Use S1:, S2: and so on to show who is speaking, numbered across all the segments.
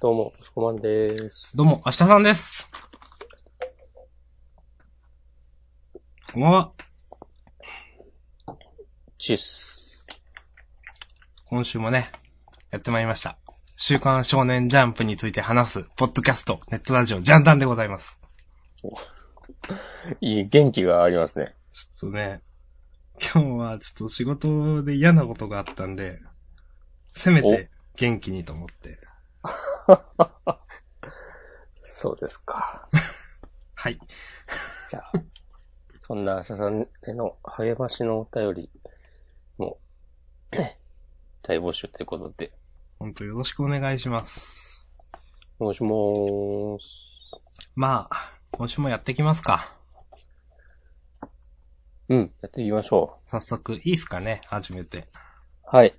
S1: どうも、そこまでです。
S2: どうも、明日さんです。こんばんは。
S1: チュッス。
S2: 今週もね、やってまいりました。週刊少年ジャンプについて話す、ポッドキャスト、ネットラジオ、ジャンダンでございます。
S1: いい元気がありますね。
S2: ちょっとね、今日はちょっと仕事で嫌なことがあったんで、せめて元気にと思って。
S1: そうですか。
S2: はい。
S1: じゃあ、 そんな社さんへの励ましのお便りも、ね大募集ということで、
S2: ほんとよろしくお願いします。
S1: もしもーす。
S2: まあ、今週もやってきますか。
S1: うん、やっていきましょ
S2: 早速、いいっすかね、初めて。
S1: う。はい。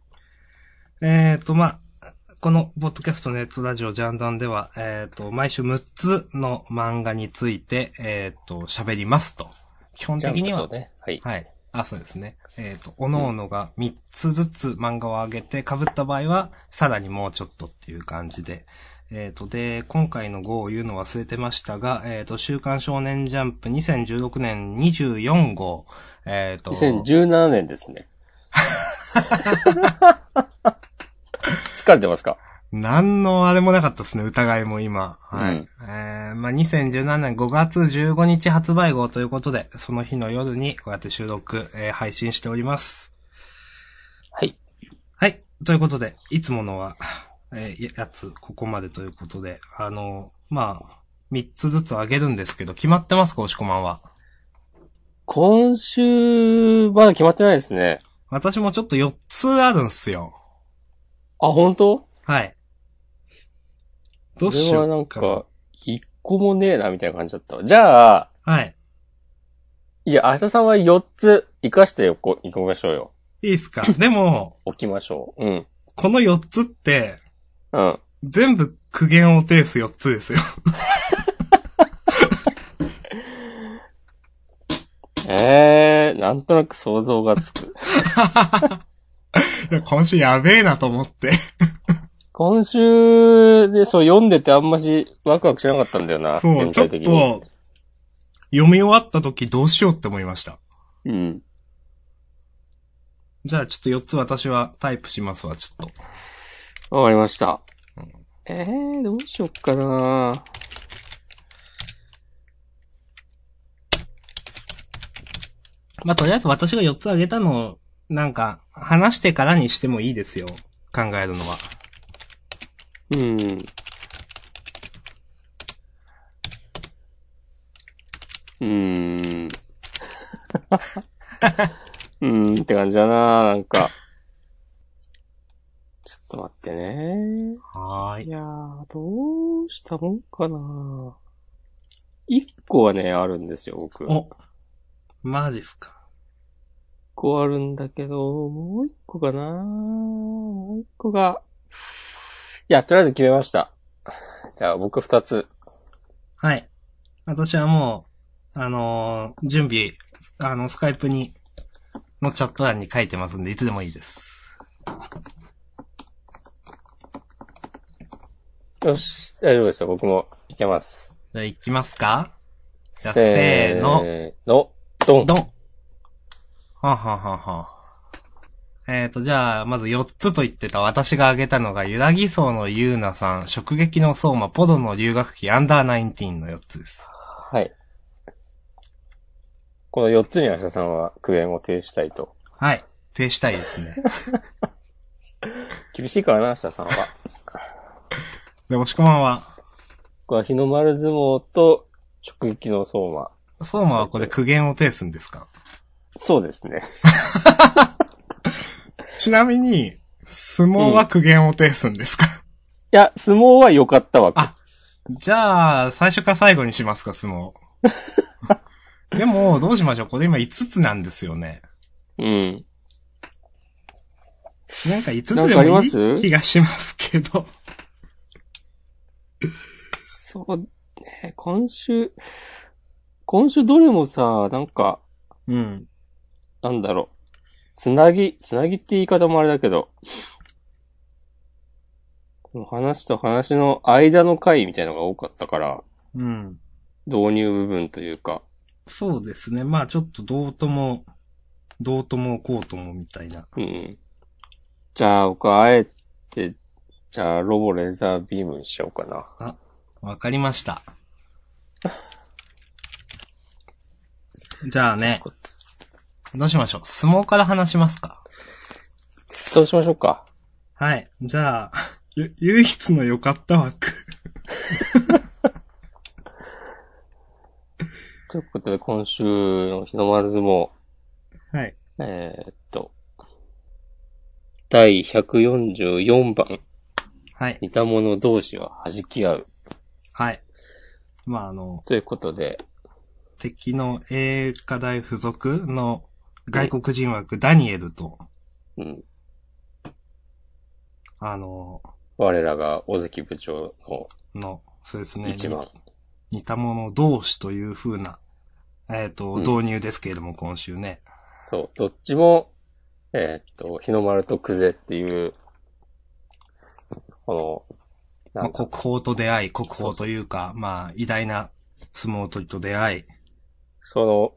S2: えーと、まあ、この、ポッドキャストネットラジオジャンダンでは、えーと、毎週6つの漫画について、えーと、喋りますと。基本
S1: ジ
S2: 的
S1: ャン
S2: に
S1: プ
S2: は
S1: と、ね、はい。
S2: はい。あ、そうですね。えっ、と、おのおのが3つずつ漫画を上げて、被った場合は、さらにもうちょっとっていう感じで。えっ、と、で、今回の号を言うの忘れてましたが、えっ、と、週刊少年ジャンプ2016年24号、えっ、と、
S1: 2017年です ね。疲れてますか
S2: 何のあれもなかったですね、疑いも今。はい。
S1: うん
S2: えー、まあ、2017年5月15日発売号ということで、その日の夜にこうやって収録、えー配信しております。
S1: はい。
S2: はい。ということで、いつものは、えーやつ、ここまでということで、あの、まあ、3つずつ上げるんですけど、決まってますか、おしこまんは。
S1: 今週、まだ決まってないですね。
S2: 私もちょっと4つあるんすよ。
S1: あ、本当
S2: はい。どう
S1: こ
S2: し
S1: れは
S2: よ
S1: なん
S2: うかな。
S1: か、一個もねえな、みたいな感じだったわ。じゃあ、
S2: はい。
S1: いや、明日さんは4つ生かしておこ、行こうましょうよ。
S2: いいっすか。でも、
S1: 置きましょう。うん。
S2: この4つって、
S1: うん。
S2: 全部苦言を呈す4つですよ。
S1: えー、なんとなく想像がつく。
S2: いや今週やべえなと思って。
S1: 今週で、そう読んでてあんましワクワクしなかったんだよな、
S2: そう、
S1: 全
S2: ちょっ
S1: 体
S2: と、
S1: 的
S2: 読
S1: に。
S2: み終わった時どうしようって思いました。
S1: うん。
S2: じゃあちょっと4つ私はタイプしますわ、ちょっと。
S1: わかりました
S2: うん。
S1: えー、どうしよっかな
S2: まあ、とりあえず私が4つあげたのを、なんか、話してからにしてもいいですよ。考えるのは。
S1: うん。うーん。 うーんって感じだななんか。ちょっと待ってね。
S2: はー
S1: い
S2: い。
S1: やー、どうしたもんかな一個はね、あるんですよ、僕。一
S2: お、マジっすか。
S1: 個あるんだけど、もう一個かなもう一個が。いや、とりあえず決めました。じゃあ、僕二つ。
S2: はい。私はもう、あのー準備、あの、スカイプに、のチャット欄に書いてますんで、いつでもいいです。
S1: よし、大丈夫ですよ。僕もいけます。
S2: じゃあ、行きますかじゃあ
S1: せーの。
S2: せ
S1: の、ドン。
S2: ドンはあ、はあはあはあ、えっ、ー、と、じゃあ、まず4つと言ってた私が挙げたのが、ゆらぎそうのゆうなさん、食撃の相馬、ポドの留学期、アンダーナインティーンの4つです。
S1: はい。この4つに明日さんは苦言を呈したいと。
S2: はい。呈したいですね。
S1: 厳しいからな、明日さんは。
S2: で、押し込まんは、
S1: 僕は日の丸相撲と直撃の相馬。
S2: 相馬はこれ苦言を呈すんですか
S1: そうですね。
S2: ちなみに、相撲は苦言を呈すんですか、
S1: いや、相撲は良かったわ。
S2: あ じゃあ、最初か最後にしますか、相 撲。でも、どうしましょうこれ今5つなんですよね。
S1: うん。
S2: なんか5つ
S1: なん
S2: で
S1: かあり
S2: も
S1: ま
S2: い
S1: す
S2: い気がしますけど。
S1: そう、ね、今週、今週どれもさ、なんか、
S2: うん。
S1: なんだろう。つなぎ、つなぎって言い方もあれだけど。話と話の間の回みたいのが多かったから、
S2: うん。
S1: 導入部分というか、
S2: そうですね。まあちょっとどうとも、どうともこうともみたいな。
S1: うん。じゃあ、僕はあえて、じゃあ、ロボレーザービームにしようかな。
S2: わかりま した。じゃあね、どうしましょう。相撲から話しますか。
S1: そうしましょうか。
S2: はい。じゃあ、 ゆ唯一の良かった枠。
S1: ということで、今週の日の丸相撲、
S2: はい。
S1: えーっと、第144番、
S2: はい。
S1: 似た者同士は弾き合う。
S2: はい。まああの、
S1: ということで、
S2: 敵の英華大附属の外国人枠ダニエルと、
S1: うん、
S2: あの、
S1: 我らが尾関部長の
S2: の、そうですね。
S1: 一番。
S2: 似た者同士という風な、えっ、と、
S1: うん
S2: 導入ですけれども、今週ね。
S1: そう、どっちも、えーっと、日の丸とクゼっていう、この、
S2: ま
S1: な
S2: あ、
S1: んか
S2: 国宝と出会い、国宝というか、まあ、偉大な相撲取りと出会い。
S1: その、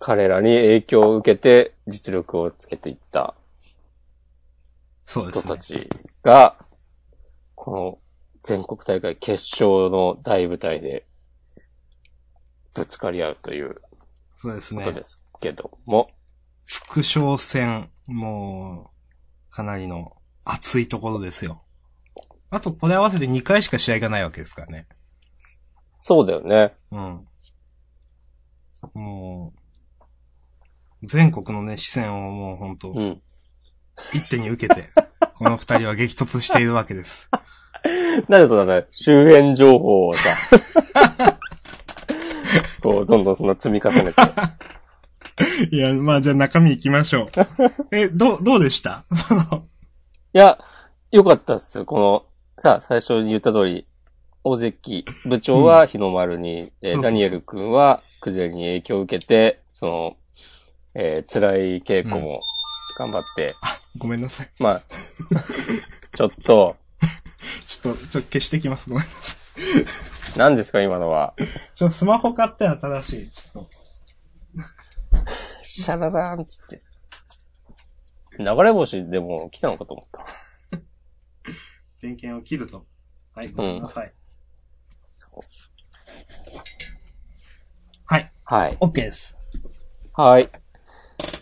S1: 彼らに影響を受けて実力をつけていった
S2: そうで
S1: 人
S2: すね
S1: た。ちが、この全国大会決勝の大舞台でぶつかり合うという
S2: そうです
S1: こと
S2: ね。
S1: ですけども、
S2: 副将戦、もう、かなりの熱いところですよ。あと、これ合わせて2回しか試合がないわけですからね。
S1: そうだよね。
S2: うん。もう、全国のね、視線をもう本当
S1: うん。
S2: 一手に受けて、この二人は激突しているわけです。
S1: なぜとだね、周辺情報をさ、 こう、どんどんそんな積み重ねて。
S2: いや、まあじゃあ中身行きましょう。 え、どう、どうでしたその
S1: いや、よかったっす。この、さ、最初に言った通り、大関部長は日の丸に、えー
S2: そうそうそう
S1: ダニエル君はクゼに影響を受けて、その、えー辛い稽古も頑張って、
S2: ごめんなさい。
S1: まあ、ちょっと、
S2: ちょっと、ちょっと消してきます。ごめんなさ
S1: 何ですか今のは。
S2: い。ちょ、スマホ買って新しい。ちょっ
S1: シャララーンっつって。流れ星でも来たのかと思った。
S2: と、電源を切ると。はい、ごめんなさい。はい、
S1: はい。
S2: OK です。
S1: はい。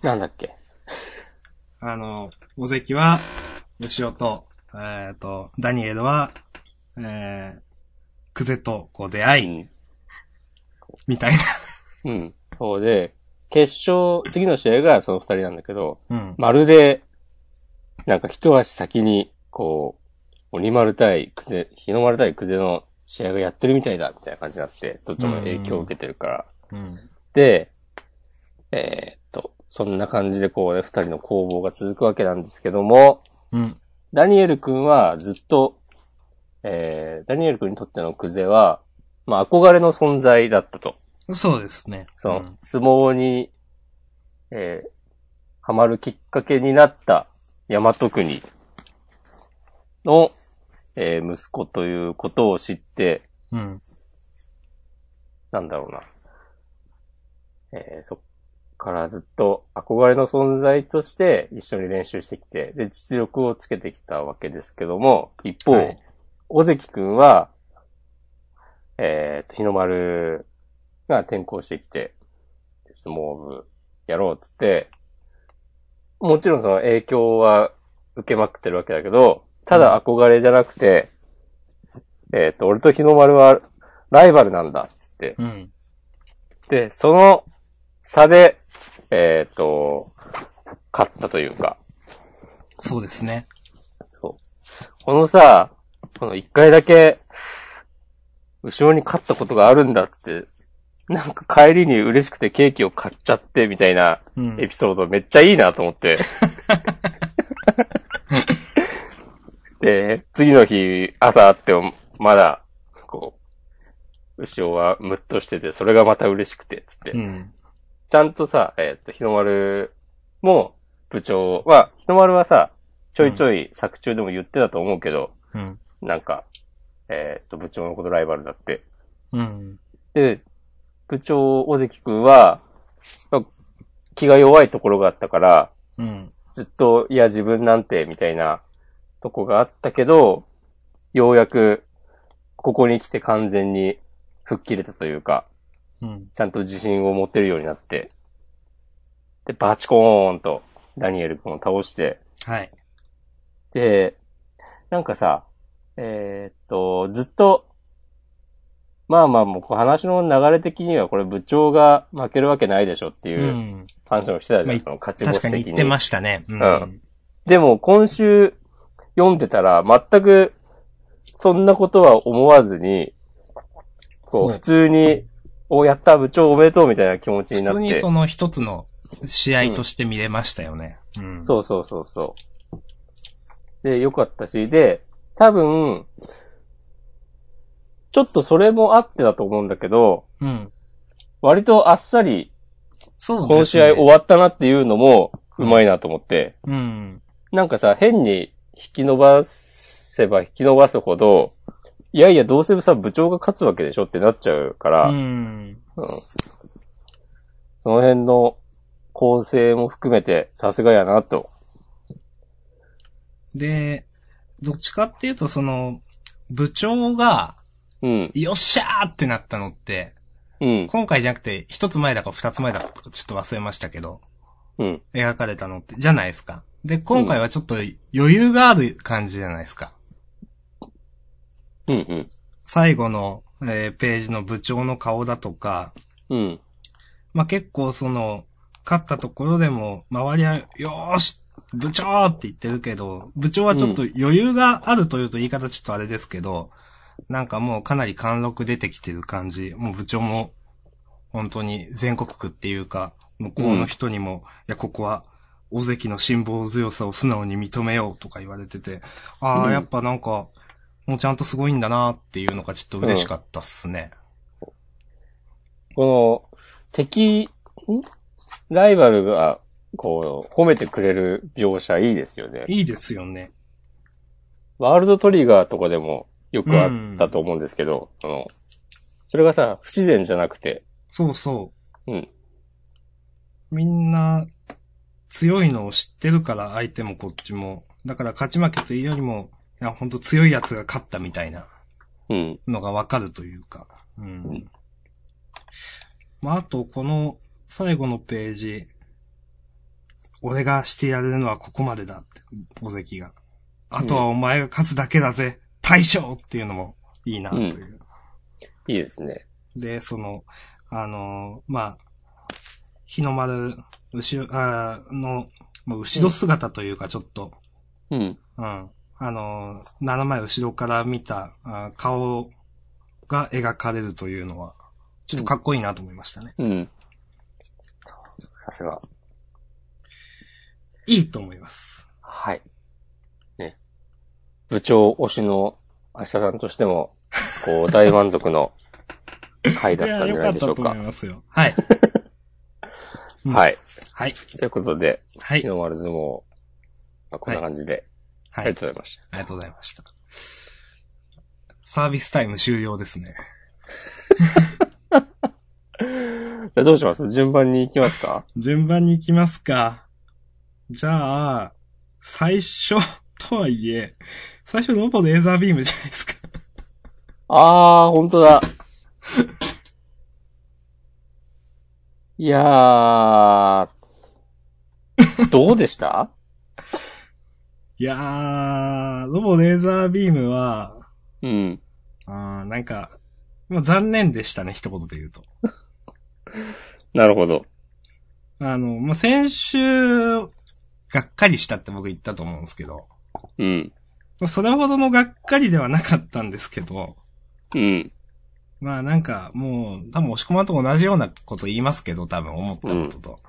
S1: なんだっけ
S2: あの、小関は、吉尾と、えっ、と、ダニエルは、えー、クゼと、こう出
S1: う
S2: 会い、
S1: ん。
S2: みたい
S1: うん。そうで、決勝、次の試合がその二人なんだけど、
S2: な。うん。
S1: まるで、なんか一足先に、こう、鬼丸対クゼ、日の丸対クゼの試合がやってるみたいだ、みたいな感じになって、どっちも影響を受けてるから。
S2: うん。
S1: で、えーっと、そんな感じでこうね、二人の攻防が続くわけなんですけども、
S2: うん。
S1: ダニエル君はずっと、えー、ダニエル君にとってのクゼは、まあ憧れの存在だったと。
S2: そうですね。
S1: その、
S2: ん
S1: 相撲に、えー、ハマるきっかけになった、大和国の、えー息子ということを知って、
S2: うん。
S1: なんだろうな。えーそっからずっと憧れの存在として一緒に練習してきて、で、実力をつけてきたわけですけども、一方、
S2: はい
S1: 尾関くんは、えーと、日の丸が転校してきて、相撲部やろうっつって、もちろんその影響は受けまくってるわけだけど、ただ憧れじゃなくて、えっ、と、俺と日の丸はライバルなんだっつって、
S2: うん。
S1: で、その差で、えっ、と、勝ったというか、
S2: そうですね。
S1: このさ、この一回だけ、後ろに勝ったことがあるんだっつって、なんか帰りに嬉しくてケーキを買っちゃってみたいな
S2: うん
S1: エピソードめっちゃいいなと思って。で、次の日朝会ってもまだ、こう、後ろはムッとしてて、それがまた嬉しくて、つって。
S2: うん。
S1: ちゃんとさ、えっ、と、日の丸も部長は、日の丸はさ、ちょいちょい作中でも言ってたと思うけど、
S2: うん。
S1: なんか、えっと、部長のことライバルだって。
S2: うん。
S1: で、部長、尾関くんは、まあ気が弱いところがあったから、
S2: うん。
S1: ずっと、いや、自分なんて、みたいなとこがあったけど、ようやく、ここに来て完全に吹っ切れたというか、
S2: うん。
S1: ちゃんと自信を持てるようになって、で、バチコーンと、ダニエル君を倒して、
S2: はい。。
S1: で、なんかさ、えーっと、ずっと、まあまあもうこう話の流れ的にはこれ部長が負けるわけないでしょっていううん話をしてたじゃん、
S2: まあ
S1: その勝ち
S2: 確
S1: 星
S2: か
S1: 的
S2: に
S1: に。
S2: 言ってましたね。うん
S1: うん。でも今週読んでたら全くそんなことは思わずに、こ
S2: う
S1: うん普通に、お、やった部長おめでとうみたいな気持ちにな
S2: 普
S1: って。
S2: 通にその一つの試合として見れましたよね。うん。
S1: そうそうそうそう。で、良かったし、で、多分、ちょっとそれもあってだと思うんだけど、
S2: う。うん。
S1: 割とあっさり、
S2: そうですね。
S1: この試合終わったなっていうのも、うまいなと思って、
S2: うん。
S1: なんかさ、変に引き伸ばせば引き伸ばすほど、いやいや、どうせさ、部長が勝つわけでしょってなっちゃうか
S2: う
S1: ら、
S2: ん。
S1: うんその辺の構成も含めて、さすがやなと。
S2: で、どっちかっていうと、その、部長が、
S1: うん、
S2: よっしゃーってなったのって、
S1: うん、
S2: 今回じゃなくて、一つ前だか二つ前だか、ちょっと忘れましたけど、
S1: うん、
S2: 描かれたのって、じゃないですか。で、今回はちょっと余裕がある感じじゃないですか。
S1: うん、うん、
S2: 最後の、えーページの部長の顔だとか、
S1: うん。
S2: まあ、結構その、勝ったところでも、周りは、よーし、部長って言ってるけど、部長はちょっと余裕があるというと言い方ちょっとあれですけど、なんかもうかなり貫禄出てきてる感じ。もう部長も、本当に全国区っていうか、向こうの人にも、いや、ここは、大関の辛抱強さを素直に認めようとか言われてて、ああ、
S1: うん
S2: やっぱなんか、もうちゃんとすごいんだなっていうのがちょっと嬉しかったっすね。
S1: この、敵、んライバルが、こう、褒めてくれる描写いいですよね。
S2: いいですよね。
S1: ワールドトリガーとかでもよくあったと思うんですけど、その、それがさ、不自然じゃなくて、
S2: そうそう。
S1: うん。
S2: みんな、強いのを知ってるから、相手もこっちも。だから勝ち負けというよりも、いや、ほんと強いやつが勝ったみたいな
S1: うん、
S2: のがわかるというか。うん。
S1: ん
S2: まあ、あと、この最後のページ、俺がしてやれるのはここまでだって、小関が。あとはお前が勝つだけだぜ、大将っていうのもいいな、という。
S1: いいですね。
S2: で、その、あのーまあ、日の丸、後ろ、あーの、まあ、後ろ姿というか、ちょっと、
S1: うん、
S2: うん。あのー斜め後ろから見たあー顔が描かれるというのは、ちょっとかっこいいなと思いましたね。
S1: うん。さすが。
S2: いいと思います。
S1: はい。ね。部長推しの明日さんとしても、こう、大満足の回だったんじゃ ないでしょう
S2: いや良
S1: か
S2: と思い。ますよ。はい。うん
S1: はい。
S2: はい。
S1: ということで、
S2: はい
S1: 日。の丸相撲、まあ、こんな感じで、あ
S2: はい。あ
S1: りがとうございました。
S2: りがとうございました。サービスタイム終了ですね。
S1: じゃあどうします順番に行きますか
S2: 順番に行きますか。じゃあ、最初 とはいえ、最初ロボレーザービームじゃないですか。
S1: あー、ほんとだ。 いやー、どうでした
S2: いやー、ロボレーザービームは、
S1: うん。
S2: あーなんか、まあ、残念でしたね、一言で言うと。
S1: なるほど。
S2: あの、まあ、先週、がっかりしたって僕言ったと思うんですけど、
S1: うん。
S2: まあ、それほどのがっかりではなかったんですけど、
S1: うん。
S2: まあなんかもう、多分押し込まんと同じようなこと言いますけど、多分思ったことと。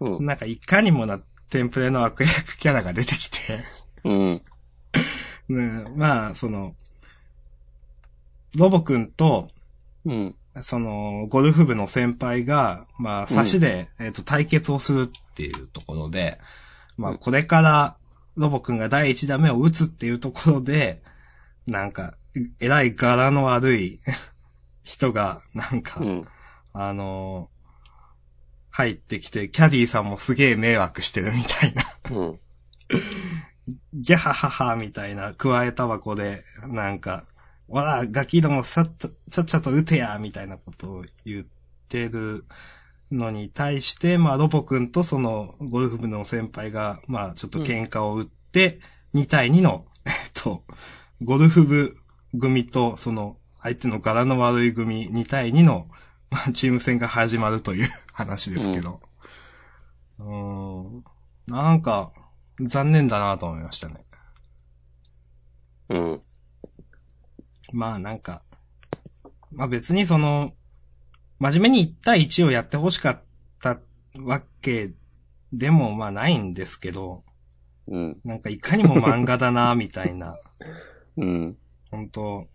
S1: うん。
S2: なんかいかにもなテンプレの悪役キャラが出てきて、
S1: うん。
S2: ね、まあ、その、ロボくんと、
S1: うん。
S2: その、ゴルフ部の先輩が、まあ、差しで、えっ、と、対決をするっていうところで、まあ、
S1: うん
S2: これから、ロボくんが第一打目を打つっていうところで、なんか、えらい柄の悪い 人が、なんか、
S1: うん。
S2: あのー入ってきて、キャディーさんもすげえ迷惑してるみたいな。
S1: うん。
S2: ギャハハハみたいな、くわえタバコで、なんか、わら、ガキどもさっと、ちゃっちゃと撃てやみたいなことを言ってるのに対して、まあ、ロボくんとその、ゴルフ部の先輩が、まあ、ちょっと喧嘩を打って、2対2の、 えっと、ゴルフ部組と、その、相手の柄の悪い組2対2の、まあ、チーム戦が始まるという話ですけど。うーん、なんか、残念だなと思いましたね。
S1: うん。
S2: まあなんか、まあ別にその、真面目に1対1をやってほしかったわけでもまあないんですけど、
S1: うん。
S2: なんかいかにも漫画だなみたいな、
S1: うん。
S2: 本当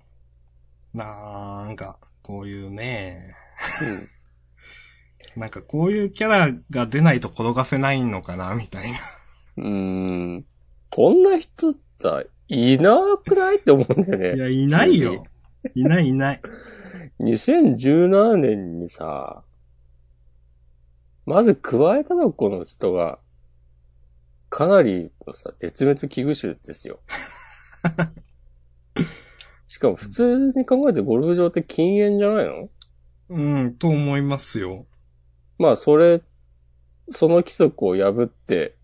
S2: なんか、こういうね、なんかこういうキャラが出ないと転がせないのかなみたいな。
S1: うん。こんな人さ、いなくないって思うんだよね。
S2: いや、いないよ。いないいない。
S1: 2017年にさ、まず加えたのこの人が、かなりのさ、絶滅危惧種です よ。しかも普通に考えてゴルフ場って禁煙じゃないの
S2: うん、と思いますよ。
S1: まあそれ、その規則を破って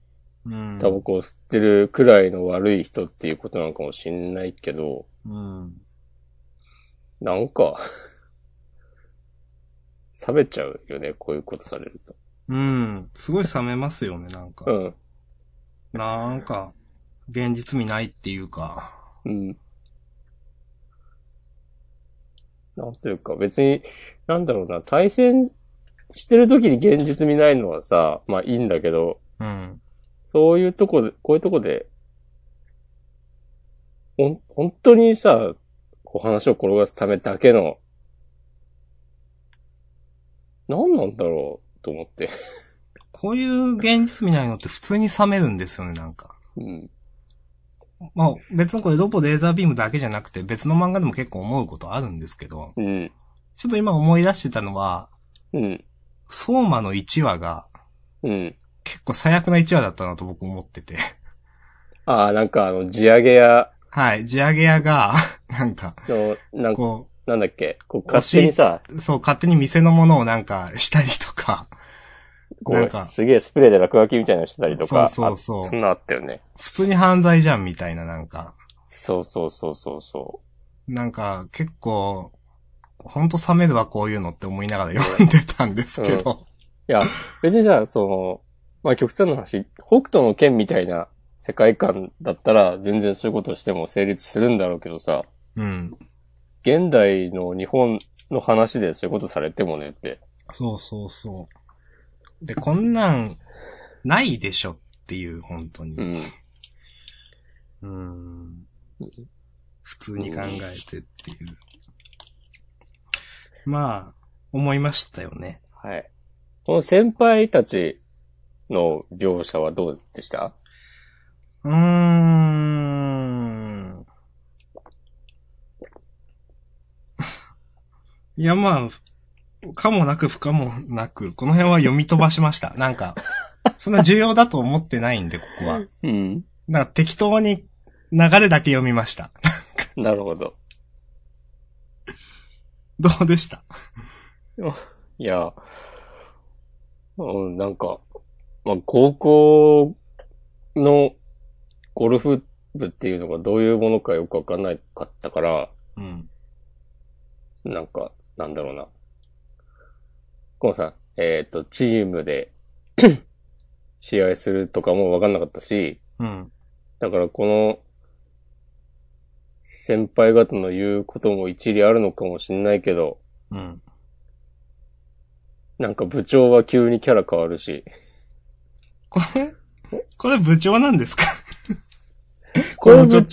S2: うん。
S1: タバコを吸ってるくらいの悪い人っていうことなのかもしんないけど、
S2: うん。
S1: なんか、冷めちゃうよね、こういうことされると。
S2: うん。すごい冷めますよね、なんか。
S1: うん。
S2: なんか、現実味ないっていうか。
S1: うん。なんていうか、別に、なんだろうな、対戦してる時に現実見ないのはさ、まあいいんだけど、
S2: うん。
S1: そういうとこで、こういうとこで、ほん、本当にさ、こう話を転がすためだけの、何なんだろうと思って。
S2: こういう現実味ないのって普通に冷めるんですよね、なんか。
S1: うん。
S2: まあ、別にこれロボレーザービームだけじゃなくて、別の漫画でも結構思うことあるんですけど、
S1: うん。
S2: ちょっと今思い出してたのは、
S1: うん。
S2: 相馬の1話が、
S1: うん。
S2: 結構最悪な1話だったなと僕思って て。
S1: ああ、なんかあの、地上げ屋
S2: はい、地上げ屋が、 なんか、
S1: の、なんか、
S2: こ
S1: なんだっけ、こう勝手にさ、
S2: う、そう、勝手に店のものをなんかしたりとか、
S1: こ
S2: なんか
S1: う、すげえスプレーで落書きみたいなのしてたりとか、
S2: そうそうそう
S1: あそんなあったよね。
S2: 普通に犯罪じゃんみたいななんか、
S1: そうそうそうそうそ
S2: なんか、結構、ほんと冷めるわ、こういうのって思いながら読んでたんですけど。
S1: う。いや、別にさ、その、まあ、極端な話、北斗の剣みたいな世界観だったら、全然そういうことをしても成立するんだろうけどさ、
S2: うん。
S1: 現代の日本の話でそういうことされてもねって。
S2: そうそうそう。で、こんなん、ないでしょっていう、本当
S1: う
S2: に。
S1: ん。
S2: うん。普通に考えてっていう。まあ、思いましたよね。
S1: はい。この先輩たちの描写はどうでした
S2: うーん。いや、まあ、かもなく不可もなく、この辺は読み飛ばしました。なんか、そんな重要だと思ってないんで、ここは。
S1: うん。
S2: なんか適当に流れだけ読みました。
S1: なるほど。
S2: どうでした
S1: いや、うん、なんか、まあ、高校のゴルフ部っていうのがどういうものかよくわかんないかったから、
S2: うん。
S1: なんか、なんだろうな。このさ、えっ、と、チームで 試合するとかもわかんなかったし、
S2: うん。
S1: だからこの、先輩方の言うことも一理あるのかもしんないけど、
S2: うん。
S1: なんか部長は急にキャラ変わるし、
S2: これ、これ部長なんですか
S1: こ
S2: れ
S1: れ
S2: もちょ
S1: 部
S2: っと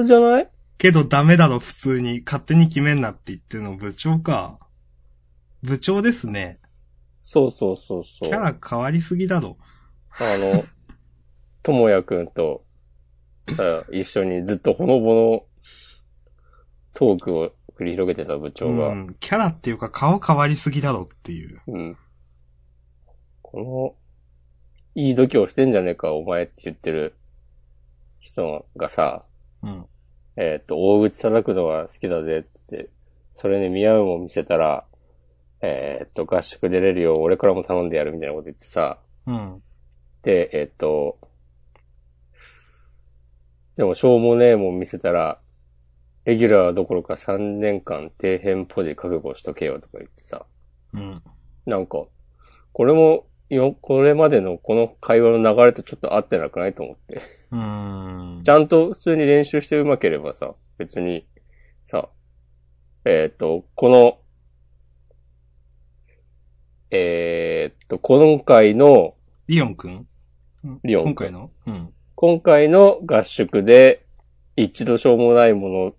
S1: 長じゃない
S2: けどダメだろ、普通に。勝手に決めんなって言ってるの部長か。部長ですね。
S1: そうそうそうそ
S2: キ
S1: う。
S2: ャ
S1: あ
S2: ラ変わりすぎだろ。
S1: の、ともやくんと、あ一緒にずっとほのぼのトークを繰り広げてた部長
S2: う
S1: が、
S2: ん。キャラっていうか顔変わりすぎだろっていう。
S1: うん。この、いい度胸してんじゃねえか、お前って言ってる人がさ、
S2: うん。
S1: えっ、と、大口叩くのが好きだぜって言って、それに見合うもん見せたら、えっ、と、合宿出れるよう俺からも頼んでやるみたいなこと言ってさ、
S2: うん。
S1: で、えっ、と、でも、しょうもねえもん見せたら、レギュラーどころか3年間底辺ポジ覚悟しとけよとか言ってさ、
S2: うん。
S1: なんか、これも、よ、これまでのこの会話の流れとちょっと合ってなくないと思って。
S2: うん。
S1: ちゃんと普通に練習してうまければさ、別に、さ、えっ、と、この、えっ、と、今回の、
S2: リオンくん
S1: リオン
S2: 今回のうん。
S1: 今回の合宿で、一度しょうもないもの、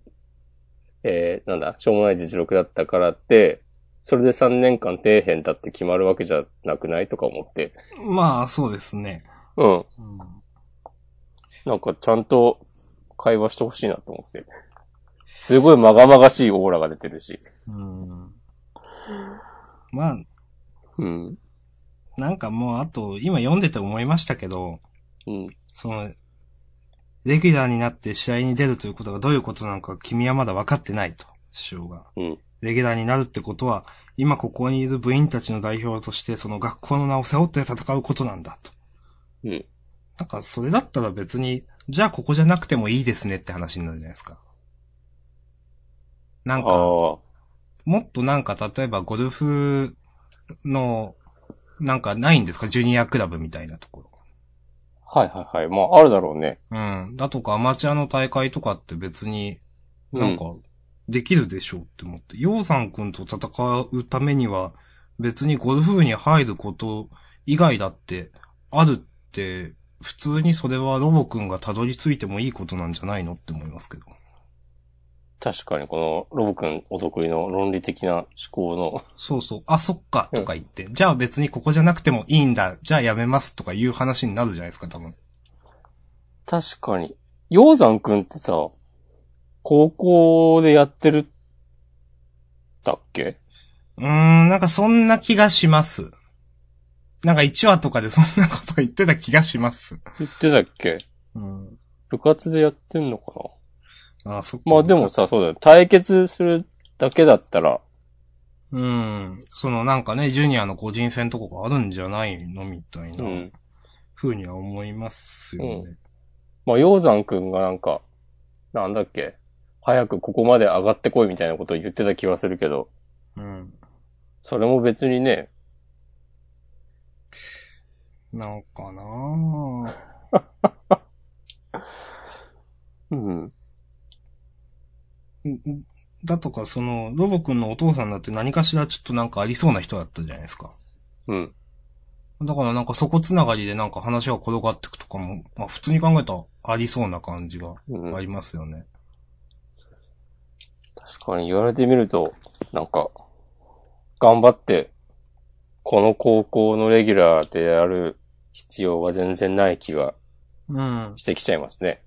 S1: えー、なんだ、しょうもない実力だったからって、それで3年間底辺だって決まるわけじゃなくないとか思って。
S2: まあ、そうですね。
S1: うん。
S2: うん。
S1: なんかちゃんと会話してほしいなと思って。すごいまがまがしいオーラが出てるし。
S2: うん。まあ、
S1: うん。
S2: なんかもう、あと、今読んでて思いましたけど、
S1: うん。
S2: その、レギュラーになって試合に出るということがどういうことなのか君はまだ分かってないと、師匠が。
S1: うん。
S2: レギュラーになるってことは、今ここにいる部員たちの代表として、その学校の名を背負って戦うことなんだと。
S1: うん。
S2: なんか、それだったら別に、じゃあここじゃなくてもいいですねって話になるじゃないですか。なん
S1: ああ
S2: か、
S1: ー。
S2: もっとなんか、例えばゴルフの、なんかないんですかジュニアクラブみたいなところ。
S1: はいはいはい。まあ、あるだろうね。
S2: うん。だとか、アマチュアの大会とかって別に、なんか、できるでしょうって思って。洋、さんくんと戦うためには、別にゴルフ部に入ること以外だって、あるって、普通にそれはロボくんがたどり着いてもいいことなんじゃないのって思いますけど。
S1: 確かにこのロブ君お得意の論理的な思考の。
S2: そうそう、あ、そっか、とか言って、じゃあ別にここじゃなくてもいいんだ、じゃあやめますとかいう話になるじゃないですか、多分。
S1: 確かに。鷹山君ってさ、高校でやってる、だっけ
S2: うーん、なんかそんな気がします。なんか1話とかでそんなこと言ってた気がします。
S1: 言ってたっけ
S2: うん。
S1: 部活でやってんのかな
S2: あ、そっか。
S1: まあでもさ、そうだよ。対決するだけだったら、、。
S2: うん。そのなんかね、ジュニアの個人戦とかがあるんじゃないのみたいうなんふうには思いますよね。
S1: まあ、鷹山くんがなんか、なんだっけ、早くここまで上がってこいみたいなことを言ってた気はするけど、
S2: うん。
S1: それも別にね、
S2: なんかなぁ。
S1: うん。
S2: うんだとか、その、ロボくんのお父さんだって何かしらちょっとなんかありそうな人だったじゃないですか。
S1: うん。
S2: だからなんかそこつながりでなんか話が転がってくとかも、まあ普通に考えたらありそうな感じが
S1: うん
S2: ありますよね。
S1: 確かに言われてみると、なんか、頑張って、この高校のレギュラーでやる必要は全然ない気が
S2: うん。
S1: してきちゃいますね。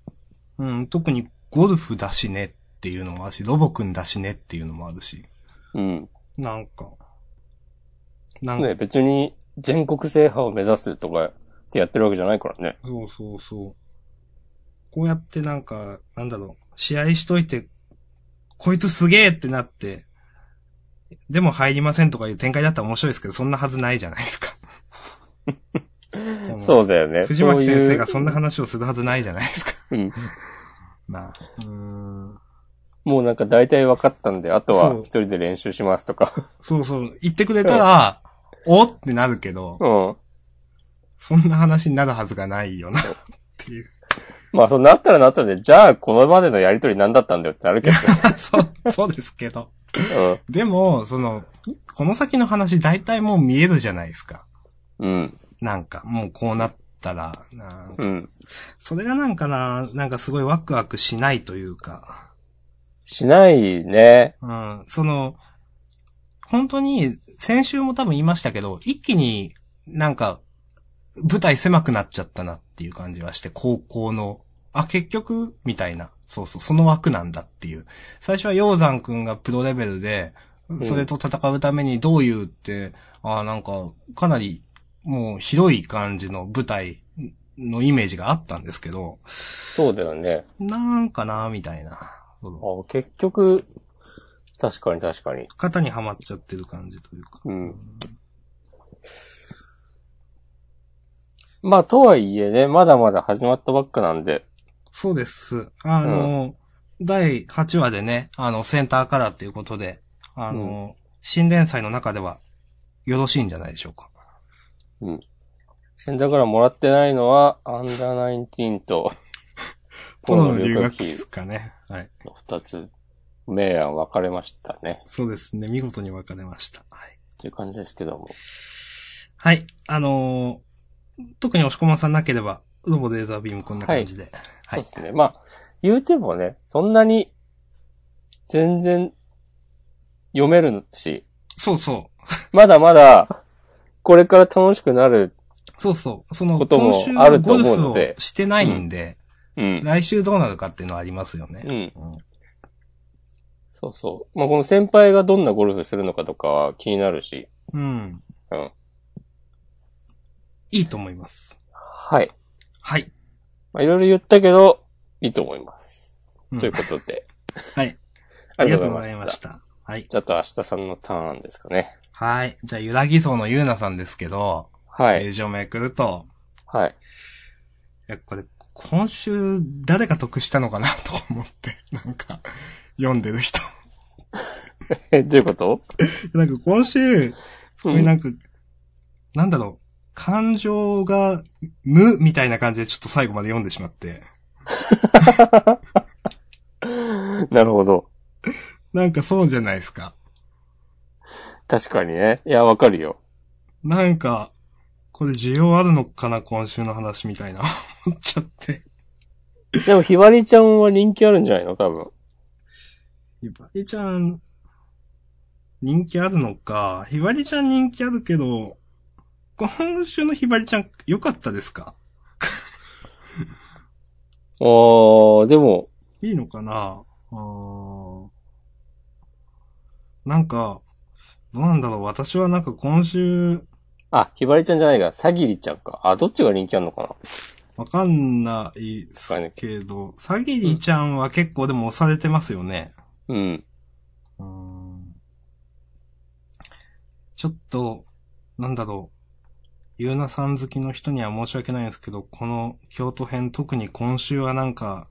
S2: うん、特にゴルフだしねっていうのもあるし、ロボくんだしねっていうのもあるし。
S1: うん。
S2: なんか。なんか、
S1: ね、別に全国制覇を目指すとかってやってるわけじゃないからね。
S2: そうそうそう。こうやってなんか、なんだろう、試合しといて、こいつすげえってなって、でも入りませんとかいう展開だったら面白いですけど、そんなはずないじゃないですか。
S1: そうだよね。
S2: 藤巻先生が
S1: そう
S2: そんな話をするはずないじゃないですか。
S1: いう。うん。
S2: まあ、うーん。
S1: もうなんか大体分かったんで、あとは
S2: そう
S1: 一人で練習しますとか。
S2: そうそう、言ってくれたら、おってなるけど、
S1: うん。
S2: そんな話になるはずがないよな、っていう。
S1: まあそうなったらなったで、じゃあこのまでのやりとり何だったんだよってなるけ
S2: そう、そうですけど。
S1: ど。
S2: でも、その、この先の話大体もう見えるじゃないですか。
S1: うん。うん。
S2: なんか、もうこうなったら、なんか
S1: うん。
S2: それがなんかな、なんかすごいワクワクしないというか、
S1: しないね。
S2: うん、その、本当に、先週も多分言いましたけど、一気になんか、舞台狭くなっちゃったなっていう感じはして、高校の、あ、結局、みたいな。そうそう、その枠なんだっていう。最初は鷹山くんがプロレベルで、
S1: ん
S2: それと戦うためにどういうって、ああ、なんか、かなり、もう広い感じの舞台のイメージがあったんですけど、
S1: そうだよね。
S2: なんかな、みたいな。その、
S1: あ結局、確かに確かに。
S2: 肩にはまっちゃってる感じというか。
S1: うん。まあ、とはいえね、まだまだ始まったばっかなんで。
S2: そうです。あの、第8話でね、あの、センターからっていうことで、あの、新連祭の中では、よろしいんじゃないでしょうか。
S1: 先だからもらってないのは、アンダーナインティーンと、
S2: こ
S1: こ
S2: の
S1: の
S2: 留
S1: 留
S2: 学
S1: 学
S2: 期
S1: 期
S2: ですかね。はい。
S1: の二つ、明暗分かれましたね。
S2: そうですね。見事に分かれました。はい。
S1: という感じですけども。
S2: はい。あのー特に押し込まさんなければ、ロボレーザービームこんな感じで。
S1: そ
S2: は
S1: う
S2: い。
S1: ですね。まあ、言うてもね、そんなに、全然、読めるし、
S2: そうそう。
S1: まだまだ、これから楽しくなる。
S2: そうそう。その、
S1: ことも
S2: 今週
S1: あると
S2: ゴル
S1: 思う
S2: フ
S1: の
S2: を
S1: で
S2: してないんで、
S1: うん。
S2: 来週どうなるかっていうのはありますよ
S1: う
S2: ね。
S1: ん。
S2: うん
S1: そうそう。まあ、この先輩がどんなゴルフするのかとかは気になるし。
S2: うん。
S1: うん。
S2: いいと思います。
S1: はい。
S2: はい。
S1: まあ、いろいろ言ったけど、いいと思います。
S2: うん
S1: ということで。
S2: はい。
S1: あ
S2: あり
S1: り
S2: が
S1: がとうご
S2: とうござ
S1: ざ
S2: い
S1: い
S2: ま
S1: ま
S2: し。
S1: した
S2: はい。
S1: ちょっと明日さんのターンですかね。
S2: はい。じゃあ、ゆらぎそうのゆうなさんですけど、
S1: は
S2: ペ
S1: い。
S2: ージをめくると、
S1: はい。
S2: いや、これ、今週、誰が得したのかなと思って、 なんか、読んでる人。
S1: え、どういうこと
S2: なんか今週、これ
S1: うん
S2: なんか、なんだろう、感情が、無みたいな感じでちょっと最後まで読んでしまって、
S1: なるほど。
S2: なんかそうじゃないですか。
S1: 確かにね。いや、わかるよ。
S2: なんか、これ需要あるのかな今週の話みたいな、 思っちゃって。
S1: でも、ひばりちゃんは人気あるんじゃないの多分。
S2: ひばりちゃん、人気あるのか。ひばりちゃん人気あるけど、今週のひばりちゃん良かったですか
S1: あー、でも、
S2: いいのかなあーなんか、どうなんだろう私はなんか今週、
S1: あ、ひばりちゃんじゃないか。さぎりちゃんか。あ、どっちが人気あるのかな
S2: わかんないっすけど、さぎりちゃんは結構でも押されてますよね。
S1: うん。
S2: うーんちょっと、なんだろう。ゆうなさん好きの人には申し訳ないんですけど、この京都編特に今週はなんか、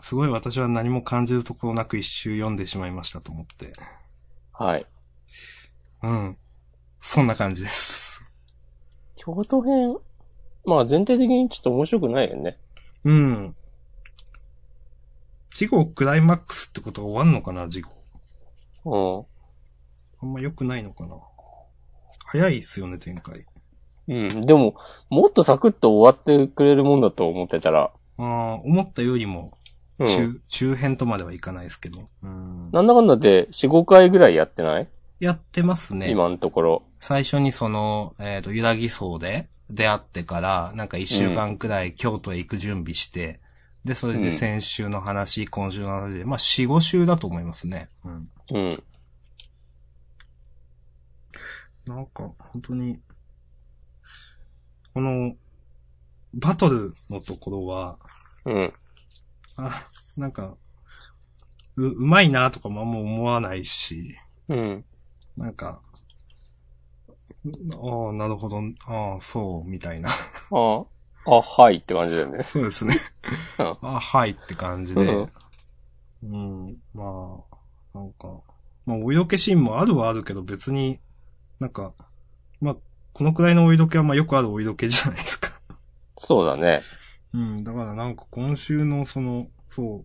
S2: すごい私は何も感じるところなく一周読んでしまいましたと思って。
S1: はい。
S2: うん。そんな感じです。
S1: 京都編、まあ全体的にちょっと面白くないよね。
S2: うん。事後クライマックスってことは終わんのかな、事後。
S1: うん。
S2: あんま良くないのかな。早いっすよね、展開。
S1: うん。でも、もっとサクッと終わってくれるもんだと思ってたら、
S2: ああ、思ったよりも
S1: う
S2: 中、
S1: ん。
S2: 中編とまではいかないですけど。うん
S1: なんだかんだで4、5回ぐらいやってない、
S2: やってますね。
S1: 今のところ。
S2: 最初にその、えっ、と、ゆらぎ荘で出会ってから、なんか一週間くらい京都へ行く準備して、で、それで先週の話、今週の話で、まあ、四五週だと思いますね。うん。
S1: うん。
S2: なんか、本当に、この、バトルのところは、
S1: うん。
S2: あ、なんか、う、うまいなとかもあんま思わないし、
S1: うん。
S2: なんか、ああ、なるほど、ああ、そう、み たいな。
S1: ああ、あ、はいって感じだよね。
S2: そうですね。
S1: うん
S2: あはいって感じで。
S1: うん
S2: うん、まあ、なんか、まあ、お色気シーンもあるはあるけど、別に、なんか、まあ、このくらいのお色気は、まあ、よくあるお色気じゃないで すか。
S1: そうだね。
S2: うん、だからなんか今週のその、そう、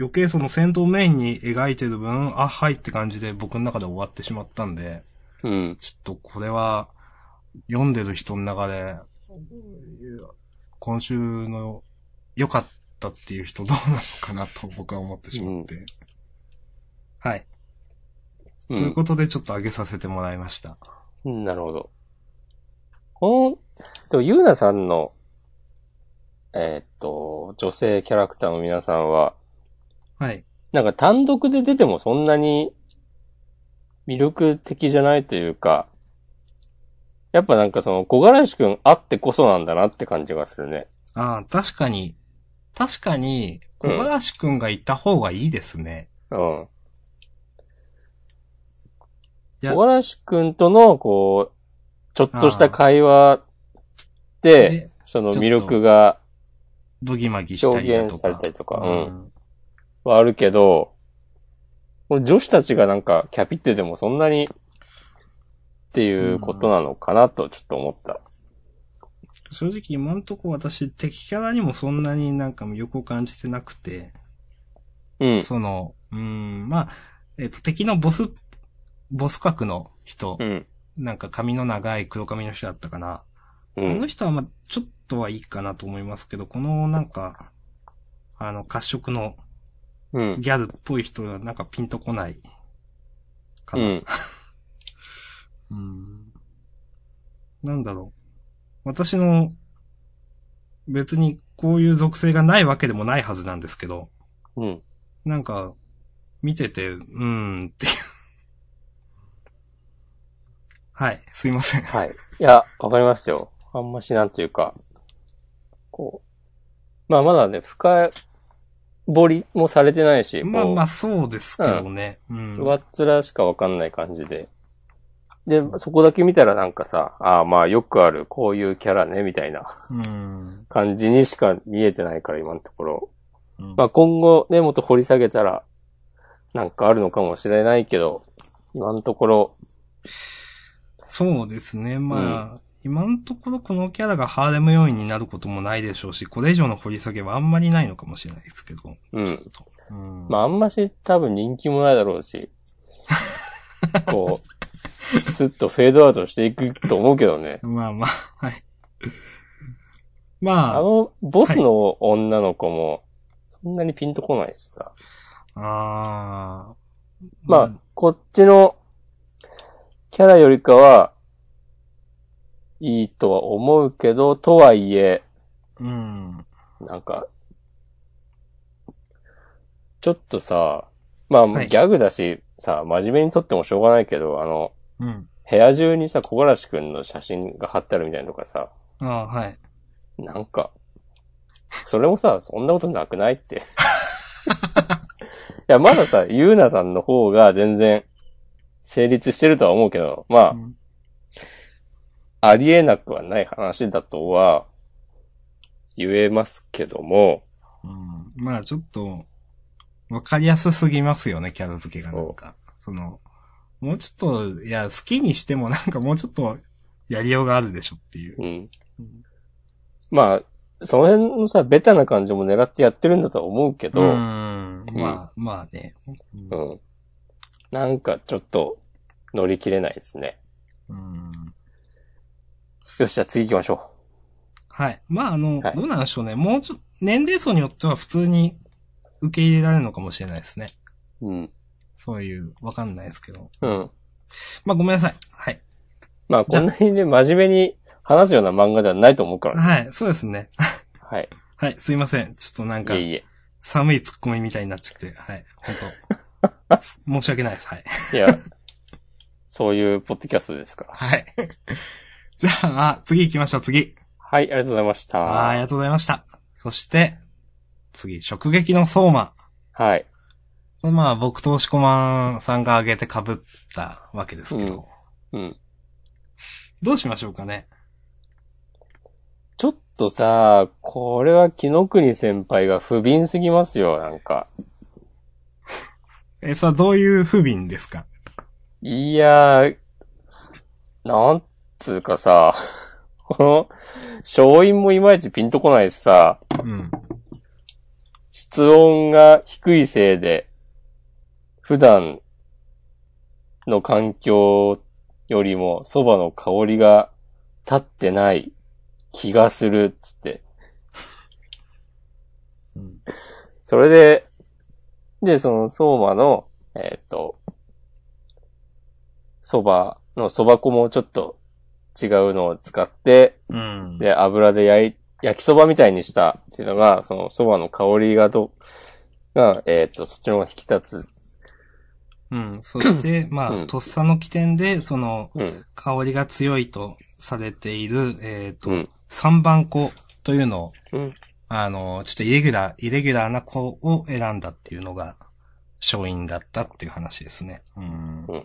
S2: 余計その戦闘メインに描いてる分、あ、はいって感じで僕の中で終わってしまったんで、
S1: うん。
S2: ちょっとこれは、読んでる人の中で、今週の良かったっていう人どうなのかなと僕は思ってしまって。はい。
S1: う
S2: というんことでちょっと上げさせてもらいました。
S1: うん。なるほど。この、でも、ゆうなさんのえーっと、女性キャラクターの皆さんは、
S2: はい。
S1: なんか単独で出てもそんなに魅力的じゃないというか、やっぱなんかその小柄しくんあってこそなんだなって感じがするね。
S2: ああ、確かに、確かに、小
S1: うん
S2: 林くんがいた方がいいですね。
S1: うん。
S2: いや
S1: 小柄しくんとのこう、ちょっとした会話で、
S2: で、
S1: その
S2: ちょっと
S1: 魅力が
S2: ドギマギした
S1: 表
S2: りだと
S1: 現され
S2: か
S1: た。りとか、
S2: う
S1: うん。
S2: ん
S1: はあるけど、これ女子たちがなんかキャピっててもそんなにっていうことなのかなとちょっと思った。
S2: 正直今んとこ私敵キャラにもそんなになんか魅力を感じてなくて、
S1: うん。
S2: その、うん、まあ、えっ、と、敵のボス、ボス格の人、
S1: うん。
S2: なんか髪の長い黒髪の人だったかな。
S1: う
S2: この
S1: ん。
S2: 人はまあ、ちょっとはいいかなと思いますけど、このなんか、あの、褐色の
S1: うん。
S2: ギャルっぽい人はなんかピンとこない。か
S1: う
S2: な。
S1: ん。
S2: うんなんだろう。私の、別にこういう属性がないわけでもないはずなんですけど、
S1: うん。
S2: なんか、見てて、うーんっていう。はい、すいません。
S1: はい。いや、わかりましたよ。あんましなんていうか、こう。まあまだね、深掘りもされてないし、
S2: まあま
S1: あ
S2: あ、そうですけどね。うん。
S1: 上っ面しかわかんない感じで。で、そこだけ見たらなんかさ、ああまあよくある、こういうキャラね、みたいな
S2: うん。
S1: 感じにしか見えてないから、今のところ。
S2: うん
S1: まあ今後ね、もっと掘り下げたら、なんかあるのかもしれないけど、今のところ、
S2: そうですね。まあ、今のところこのキャラがハーレム要員になることもないでしょうし、これ以上の掘り下げはあんまりないのかもしれないですけど。
S1: うん
S2: ちょっと。うん、
S1: まああんまし多分人気もないだろう し、こう、スッとフェードアウトしていくと思うけどね。
S2: まあまあ、はい。
S1: あ
S2: まあ、
S1: の、ボスの女の子も、そんなにピンとこないしさ。
S2: ああ。
S1: まあ、こっちのキャラよりかは、いいとは思うけど、とはいえ、
S2: うん。
S1: なんか、ちょっとさ、まあ、
S2: はい
S1: ギャグだし、さ、真面目に撮ってもしょうがないけど、あの、
S2: うん。
S1: 部屋中にさ、小柄しくんの写真が貼ってあるみたいなのがさ、
S2: ああ、はい。
S1: なんか、それもさ、そんなことなくない って。いや、まださ、ゆうなさんの方が全然、成立してるとは思うけど、ま
S2: うん
S1: あ、ありえなくはない話だとは、言えますけども、
S2: うんまあ、ちょっと、わかりやすすぎますよね、キャラ付けがなんか。その、もうちょっと、いや、好きにしてもなんかもうちょっと、やりようがあるでしょっていう。
S1: うん。
S2: うん
S1: まあ、その辺のさ、ベタな感じも狙ってやってるんだとは思うけど、
S2: う
S1: うん。
S2: ん。まあ、まあね。うん
S1: なんかちょっと乗り切れないですね。
S2: うん
S1: よし、じゃあ次行きましょ
S2: はい。まあ、あの、
S1: はい
S2: どうなんでしょうね。もうちょっと、年齢層によっては普通に受け入れられるのかもしれないですね。
S1: う。うん。
S2: そういう、わかんないですけど。
S1: うん。
S2: まあ、ごめんなさい。はい。
S1: まあ、こんなにね、真面目に話すような漫画ではないと思うからね。
S2: はい、そうですね。
S1: はい。
S2: はい、すいません。ちょっとなん
S1: い
S2: か
S1: え、いえ。
S2: 寒い突っ込みみたいになっちゃって、はい、本 当す申し訳ないです。はい。
S1: いや、そういうポッドキャストですから。
S2: はい。じゃあ、次行きましょう、次。
S1: はい、ありがとうございました。
S2: あーありがとうございました。そして、次、食撃の相馬。
S1: はい。
S2: これまあ、僕と押しこまんさんが挙げて被ったわけですけど、
S1: うんうん。
S2: どうしましょうかね。
S1: ちょっとさ、これは木の国先輩が不憫すぎますよ、なんか。
S2: え、さあ、どういう不憫ですか
S1: いやー、なんつうかさ、 この、勝因もいまいちピンとこないしさ、
S2: うん。
S1: 室温が低いせいで、普段の環境よりも蕎麦の香りが立ってない気がするっつって。
S2: うん
S1: それで、で、その相馬の、えーっと、蕎麦の蕎麦粉もちょっと違うのを使って、
S2: うん。
S1: で、油で焼い焼きそばみたいにしたっていうのが、その蕎麦の香りがど、が、えっ、と、そっちの方が引き立つ。
S2: うん。そして、まあ、
S1: うん
S2: とっさの起点で、その、
S1: うん。
S2: 香りが強いとされている、えっ、と、
S1: うん。
S2: 三番粉というのを、
S1: うん。
S2: あの、ちょっとイレギュラー、イレギュラーな子を選んだっていうのが、勝因だったっていう話ですね。うん。
S1: うん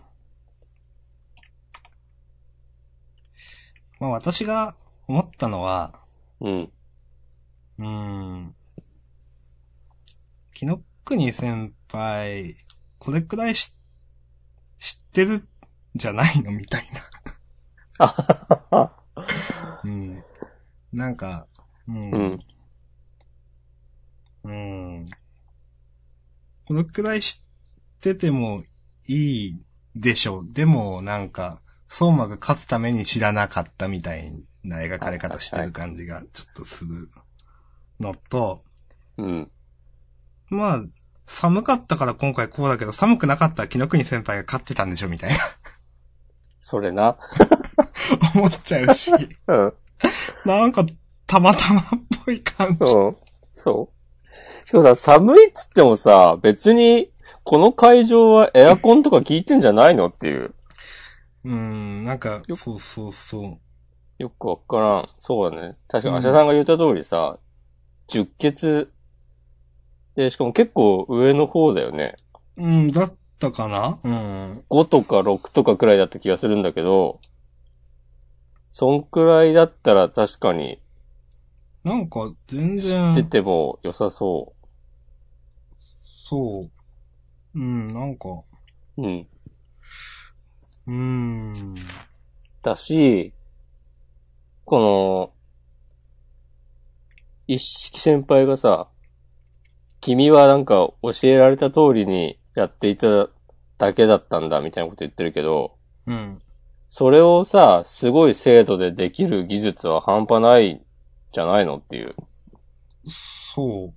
S2: まあ私が思ったのは、
S1: うん。
S2: うん。キノックニ先輩、これくらいし知ってるんじゃないのみたい
S1: あははは。
S2: な。うん。なんか、うん
S1: うん。
S2: うん。このくらい知っててもいいでしょう。でも、なんか、相馬が勝つために知らなかったみたいな描かれ方してる感じがちょっとするのと、
S1: うん。
S2: まあ、寒かったから今回こうだけど、寒くなかったら木の国先輩が勝ってたんでしょみたいな
S1: それな。
S2: 思っちゃう し、
S1: うん。
S2: なんか、たまたまっぽい感じ。
S1: うん。そう。しかもさ、寒いっつってもさ、別に、この会場はエアコンとか効いてんじゃないのっていう。
S2: うん、なんか、
S1: よ
S2: そうそうそう。
S1: よくわからん。そうだね。確か、アシャさんが言った通りさ、十血で、しかも結構上の方だよね。
S2: うん、だったかなうん。
S1: 5とか6とかくらいだった気がするんだけど、そんくらいだったら確かに
S2: なんか、全
S1: 知
S2: 然。
S1: ってても良さそ
S2: そう。うん、なんか、
S1: う。うん。
S2: うーん。
S1: だし、この、一式先輩がさ、君はなんか教えられた通りにやっていただけだったんだみたいなこと言ってるけど、
S2: うん。
S1: それをさ、すごい精度でできる技術は半端ないんじゃないのっていう。
S2: そ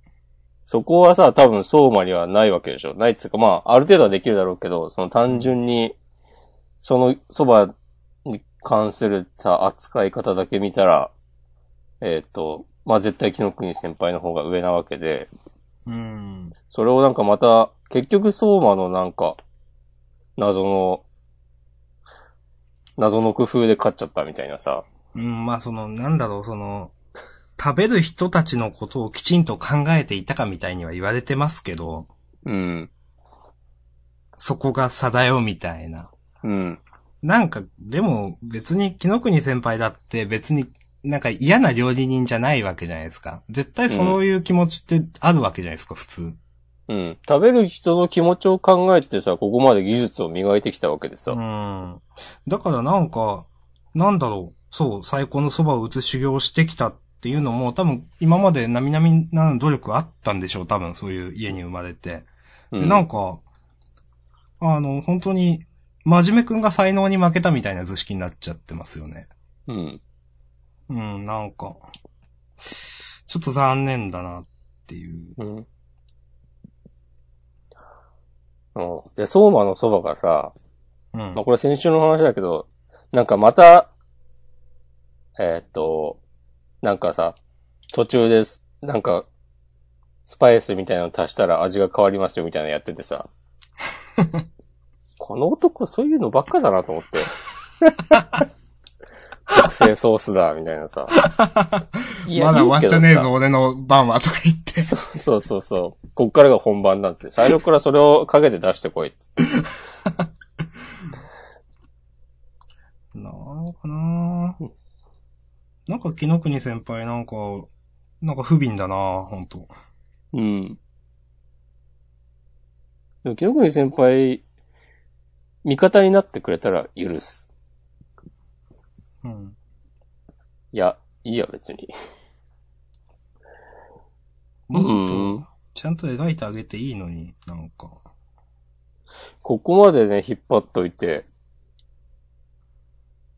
S1: そこはさ、多分相馬にはないわけでしょ。ないっつうか、まあ、ある程度はできるだろうけど、その単純に、そのそばに関するさ、扱い方だけ見たら、えっ、と、まあ、絶対木の国先輩の方が上なわけで、
S2: う。うん。
S1: それをなんかまた、結局相馬のなんか、謎の、謎の工夫で勝っちゃったみたいなさ。
S2: うん、まあ、その、なんだろう、その、食べる人たちのことをきちんと考えていたかみたいには言われてますけど、
S1: うん。
S2: そこが差だよみたいな。
S1: うん。
S2: なんか、でも別に、木の国先輩だって別になんか嫌な料理人じゃないわけじゃないですか。絶対そういう気持ちってあるわけじゃないですか、普通。
S1: うん。食べる人の気持ちを考えてさ、ここまで技術を磨いてきたわけでさ。
S2: うん。だからなんか、なんだろう、そう、最高の蕎麦を打つ修行をしてきたっていうのも、多分今まで並々な努力があったんでしょう、多分そういう家に生まれて。
S1: う
S2: でなんんか、あの、本当に、真面目くんが才能に負けたみたいな図式になっちゃってますよね。
S1: うん。
S2: うん、なんか、ちょっと残念だなっていう。
S1: うん。うん。で、相馬のそばがさ、
S2: うん
S1: まあ、。これ先週の話だけど、なんかまた、えーっと、なんかさ、途中です、なんか、スパイスみたいなの足したら味が変わりますよみたいなのやってて さ。この男そういうのばっかだなと思 って。特製ソースだ、みたいなさ。いや
S2: まだ
S1: い
S2: 終
S1: い
S2: わっ
S1: け
S2: ち
S1: ど
S2: ゃ
S1: さ
S2: ねえぞ、俺の番は、とか言って。
S1: そうそうそう。こっからが本番なんつって。最初からそれをかけて出してこいっつって。
S2: なんかなぁなんか、木の国先輩なんか、なんか不憫だなぁ、ほんと。
S1: うん。でも、木の国先輩、味方になってくれたら許す。
S2: うん。
S1: いや、いいや別に。
S2: もうち
S1: う
S2: ょっ
S1: ん
S2: と、ちゃんと描いてあげていいのに、なんか。
S1: ここまでね、引っ張っといて、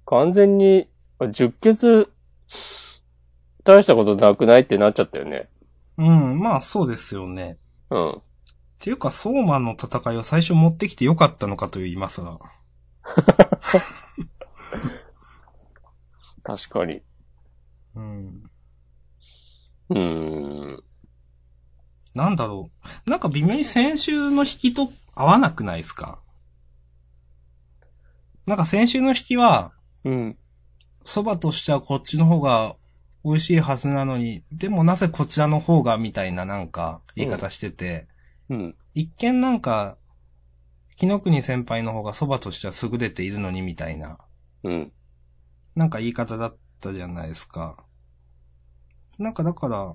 S1: 完全に、あ十血、大したことなくないってなっちゃったよね。
S2: うん、まあそうですよね。
S1: うん。
S2: っていうか、相馬の戦いを最初持ってきてよかったのかという今更。
S1: 確かに。
S2: うん。
S1: うーん。
S2: なんだろう。なんか微妙に先週の引きと合わなくないですかなんか先週の引きは、
S1: うん。
S2: 蕎麦としてはこっちの方が美味しいはずなのに、でもなぜこちらの方がみたいななんか言い方してて、
S1: うん。
S2: 一見なんか、木の国先輩の方が蕎麦としては優れているのにみたいな、
S1: うん。
S2: なんか言い方だったじゃないですか。なんかだから、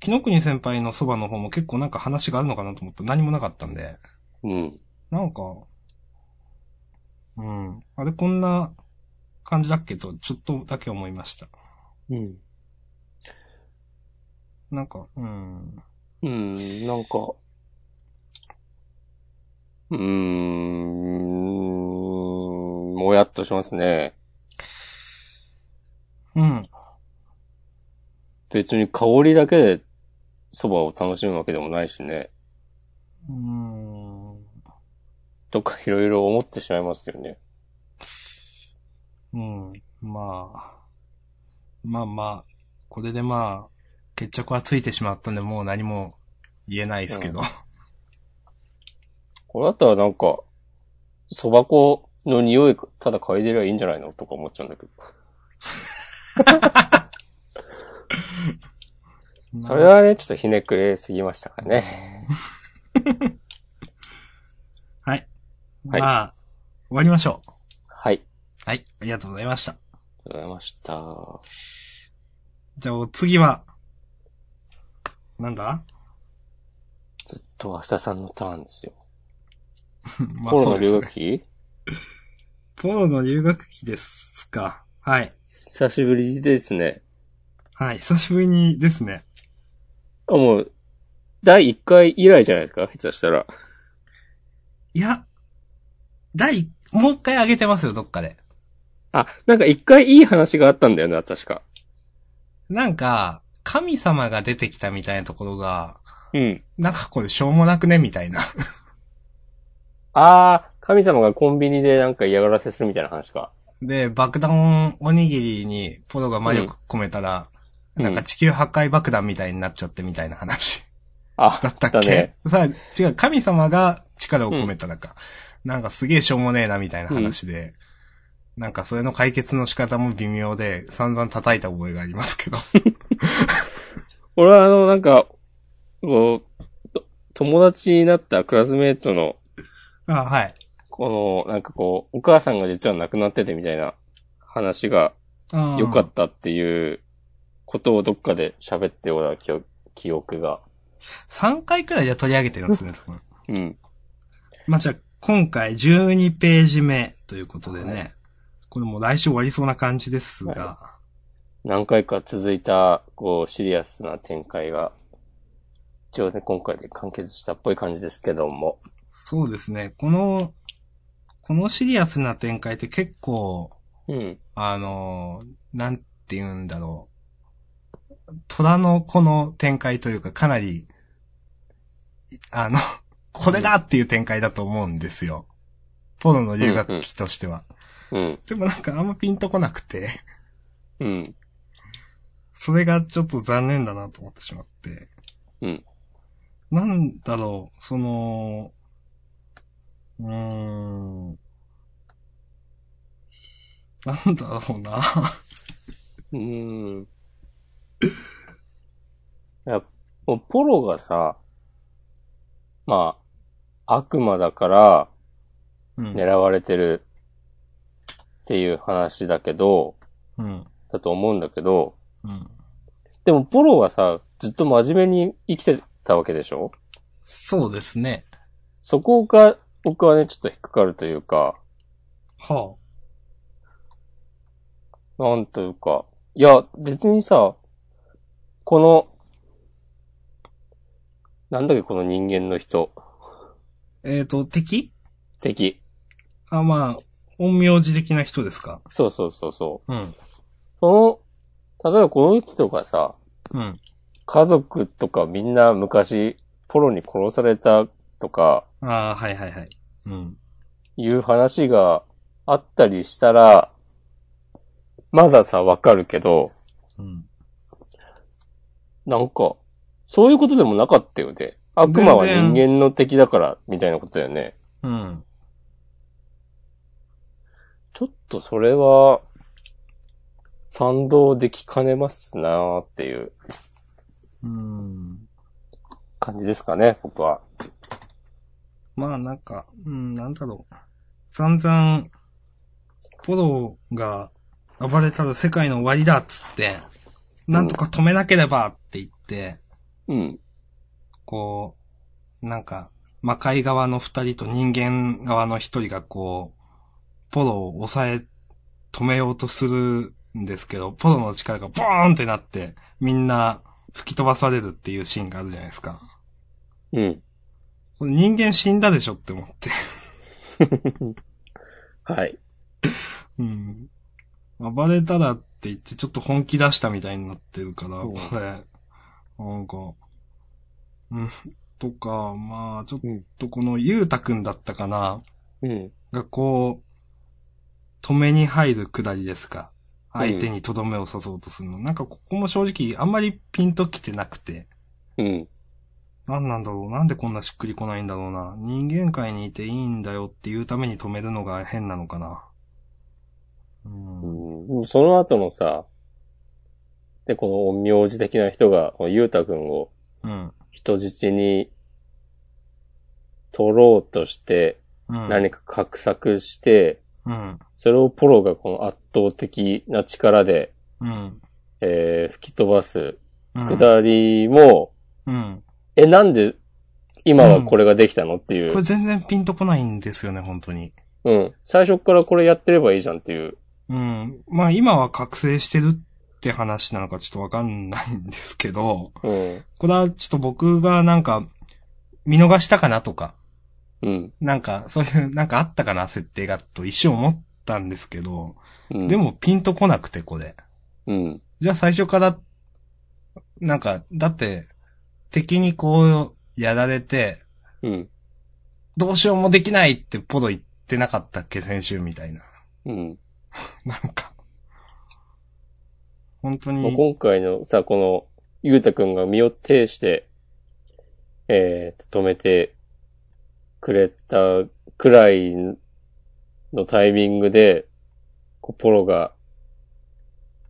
S2: 木の国先輩の蕎麦の方も結構なんか話があるのかなと思ったら何もなかったんで、
S1: うん。
S2: なんか、うん。あれこんな感じだっけと、ちょっとだけ思いました。
S1: うん。
S2: なんか、うん。
S1: うん、なんか、うーん、もやっとしますね。
S2: うん。
S1: 別に香りだけで蕎麦を楽しむわけでもないしね。
S2: うん。
S1: とかいろいろ思ってしまいますよね。
S2: うん。まあ。まあまあ。これでまあ、決着はついてしまったんで、もう何も言えないですけど。
S1: これだったらなんか、蕎麦粉の匂いただ嗅いでりゃいいんじゃないのとか思っちゃうんだけど。それはね、ちょっとひねくれすぎましたかね。
S2: はい。
S1: はい
S2: まあ、終わりましょう。
S1: はい。
S2: はい。ありがとうございました。
S1: ありがとうございました。
S2: じゃあ、お次は、なんだ
S1: ずっと明日さんのターンですよ。
S2: ま
S1: コロナ留
S2: です
S1: 学
S2: ね。
S1: 期
S2: ポロの留学期ですか。はい。
S1: 久しぶりですね。
S2: はい。久しぶりにですね。
S1: あ、もう、第1回以来じゃないですか下手したら。
S2: いや、第、もう一回上げてますよ、どっかで。
S1: あ、なんか1回いい話があったんだよな、確か。
S2: なんか、神様が出てきたみたいなところが、
S1: うん。
S2: なんかこれしょうもなくねみたいな。
S1: あー、神様がコンビニでなんか嫌がらせするみたいな話か。
S2: で、爆弾おにぎりにポロが魔力込めたら、
S1: うん
S2: なんか地球破壊爆弾みたいになっちゃってみたいな話
S1: あ、
S2: だったっ
S1: だ
S2: け、
S1: ね
S2: さあ、違う、神様が力を込めたらか。なんかすげえしょうもねえなみたいな話で、なんかそれの解決の仕方も微妙で、散々叩いた覚えがありますけど。
S1: 俺はあの、なんか、こう、と友達になったクラスメイトの、
S2: あはい。
S1: この、なんかこう、お母さんが実は亡くなっててみたいな話が
S2: あー
S1: 良かったっていうことをどっかで喋っておら記憶記憶が。
S2: 3回くらいじゃ取り上げてるんですね、多分。
S1: うん。
S2: まあ、じゃあ、今回12ページ目ということでね、
S1: はい
S2: これもう来週終わりそうな感じですが、
S1: 何回か続いた、こう、シリアスな展開が、一応ね、今回で完結したっぽい感じですけども。
S2: そうですね、この、このシリアスな展開って結構、
S1: うん。
S2: あのー、なんて言うんだろう。虎の子の展開というか、かなり、あの、 これだっていう展開だと思うんですよ。ポロの留学期としては。
S1: うん。
S2: でもなんかあんまピンとこなくて。
S1: うん。
S2: それがちょっと残念だなと思ってしまって。
S1: うん。
S2: なんだろう、その、うーん。なんだろうな。
S1: うーん。いや、もうポロがさ、まあ、悪魔だから
S2: うん
S1: 狙われてるっていう話だけど、
S2: うん。
S1: だと思うんだけど、
S2: うん。
S1: でも、ポロはさ、ずっと真面目に生きてたわけでしょ
S2: そうですね。
S1: そこが、僕はね、ちょっと引っかかるというか、
S2: は
S1: なんというか、いや、別にさ、この、なんだっけ、この人間の人、
S2: あ。えっ、と、敵
S1: 敵。
S2: あ、まあ、陰陽師的な人ですか
S1: そうそうそうそう。
S2: うん。
S1: その、例えばこの人がさ、
S2: うん。
S1: 家族とかみんな昔、ポロに殺されたとか、
S2: ああ、はいはいはい。うん。
S1: いう話があったりしたら、まださ、わかるけど、
S2: うん。
S1: なんか、そういうことでもなかったよね。悪魔は人
S2: 全
S1: 間の敵だから、みたいなことだよね。
S2: うん。
S1: ちょっとそれは、賛同できかねますなーっていう
S2: うん。
S1: 感じですかね、僕は。
S2: まあなんか、うん、なんだろう。散々、ポロが暴れたら世界の終わりだっつって、なんとか止めなければって言って、
S1: うん。
S2: こう、なんか、魔界側の二人と人間側の一人がこう、ポロを抑え、止めようとするんですけど、ポロの力がボーンってなって、みんな吹き飛ばされるっていうシーンがあるじゃないですか。
S1: うん。
S2: これ人間死んだでしょって思って。
S1: はい。
S2: うん。暴れたらって言って、ちょっと本気出したみたいになってるから、
S1: うん
S2: これ、なんか、うん、とか、まあ、ちょっ
S1: うん
S2: とこの、ゆうたくんだったかな、
S1: うん。
S2: がこう、止めに入るくだりですか。相手にとどめを刺そうとするの。なんかここも正直、あんまりピンときてなくて。
S1: うん。
S2: なんなんだろうなんでこんなしっくりこないんだろうな。人間界にいていいんだよっていうために止めるのが変なのかな。うん
S1: うんその後のさ、で、この陰陽師的な人が、このゆうたくんを
S2: うん。
S1: 人質に取ろうとして、
S2: うん。
S1: 何か画策して、
S2: うん。
S1: それをポロがこの圧倒的な力で、
S2: うん。
S1: えー吹き飛ばす
S2: うん。
S1: くだりも、
S2: うん。
S1: え、なんで今はこれができたのってい
S2: これ
S1: う、
S2: 全然ピンとこないんですよね、本当に。
S1: うん、最初からこれやってればいいじゃんっていう。
S2: うん。まあ今は覚醒してるって話なのかちょっとわかんないんですけど、
S1: うん。
S2: これはちょっと僕がなんか、見逃したかなとか、
S1: うん。
S2: なんかそういう、なんかあったかな、設定がと一瞬思ったんですけど、
S1: うん、
S2: で、もピンとこなくて、これ。
S1: うん。
S2: じゃあ最初から、なんか、だって、敵にこう、やられて、
S1: うん。
S2: どうしようもできないってポロ言ってなかったっけ、先週みたいな。
S1: うん。
S2: なんか。本当
S1: もう
S2: に、
S1: 今回のさ、この、ゆうたくんが身を挺して、えーと、止めてくれたくらいのタイミングで、こうポロが、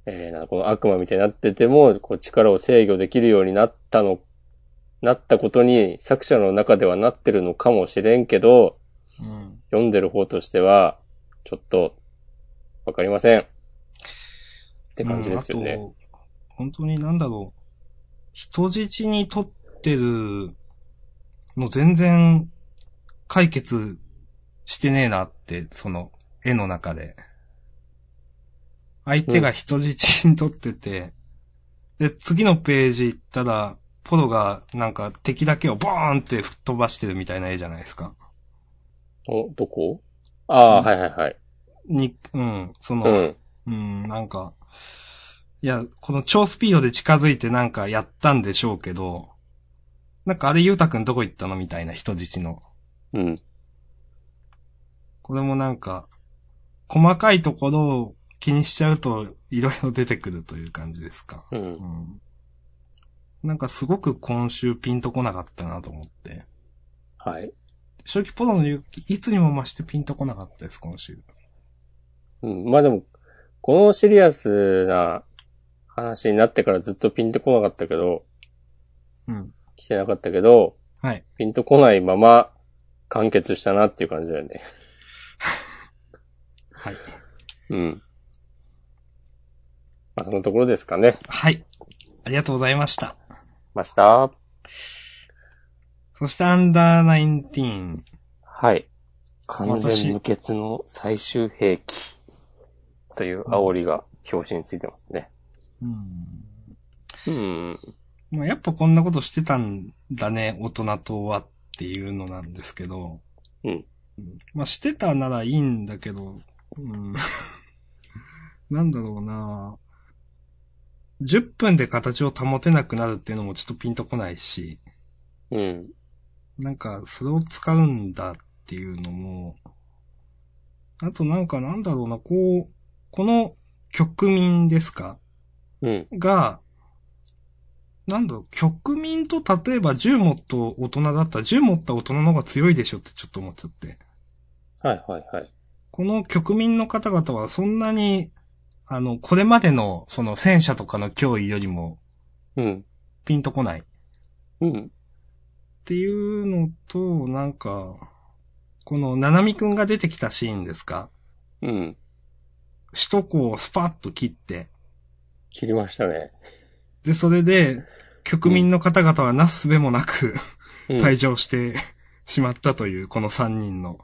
S1: えーなんかこの悪魔みたいになってても、こう力を制御できるようになったの、なったことに作者の中ではなってるのかもしれんけど、
S2: うん
S1: 読んでる方としては、ちょっと、わかりません。って感じですよ
S2: う
S1: ね。
S2: んあと本当になんだろう。人質にとってるの全然解決してねえなって、その絵の中で。相手が人質にとってて、で、次のページ行ったら、ポロがなんか敵だけをボーンって吹っ飛ばしてるみたいな絵じゃないですか。
S1: お、どこああ、
S2: うん
S1: はいはいはい。
S2: に、うん、その、
S1: うん。
S2: うん、なんか、いや、この超スピードで近づいてなんかやったんでしょうけど、なんかあれゆうたくんどこ行ったのみたいな人質の。
S1: うん。
S2: これもなんか、細かいところを気にしちゃうといろいろ出てくるという感じですか。
S1: う。
S2: うんん。なんかすごく今週ピンとこなかったなと思って。
S1: はい。
S2: 正直ポロの勇気、いつにも増してピンとこなかったです、今週。
S1: うん。まあでも、このシリアスな話になってからずっとピンとこなかったけど、
S2: うん。
S1: 来てなかったけど、
S2: はい。
S1: ピンとこないまま完結したなっていう感じだよね。
S2: はい。
S1: うん。まあそのところですかね。
S2: はい。ありがとうございました。
S1: ました。
S2: そしてアンダーナインティーン。
S1: はい。完
S2: 私
S1: 全無欠の最終兵器という煽りが表紙についてますね。
S2: うん
S1: うん。
S2: まあ、やっぱこんなことしてたんだね、大人とはっていうのなんですけど。
S1: うん。
S2: まあ、してたならいいんだけど、うん。 なんだろうな10分で形を保てなくなるっていうのもちょっとピンとこないし、
S1: うん。
S2: なんかそれを使うんだっていうのも、あとなんかなんだろうな、こう、この局民ですか
S1: うん。
S2: が、なんだろう、局民と例えば銃持った大人だったら、銃持った大人の方が強いでしょってちょっと思っちゃって。
S1: はいはいはい。
S2: この局民の方々はそんなに、あの、これまでのその戦車とかの脅威よりも
S1: うん。
S2: ピンとこない。
S1: うん。
S2: っていうのと、なんか、この、ななみくんが出てきたシーンですか
S1: うん。
S2: 首都高をスパッと切って、
S1: 切りましたね。
S2: で、それで、局民の方々はなすすべもなく、
S1: うん。
S2: 退場して、 しまったという、この3人の、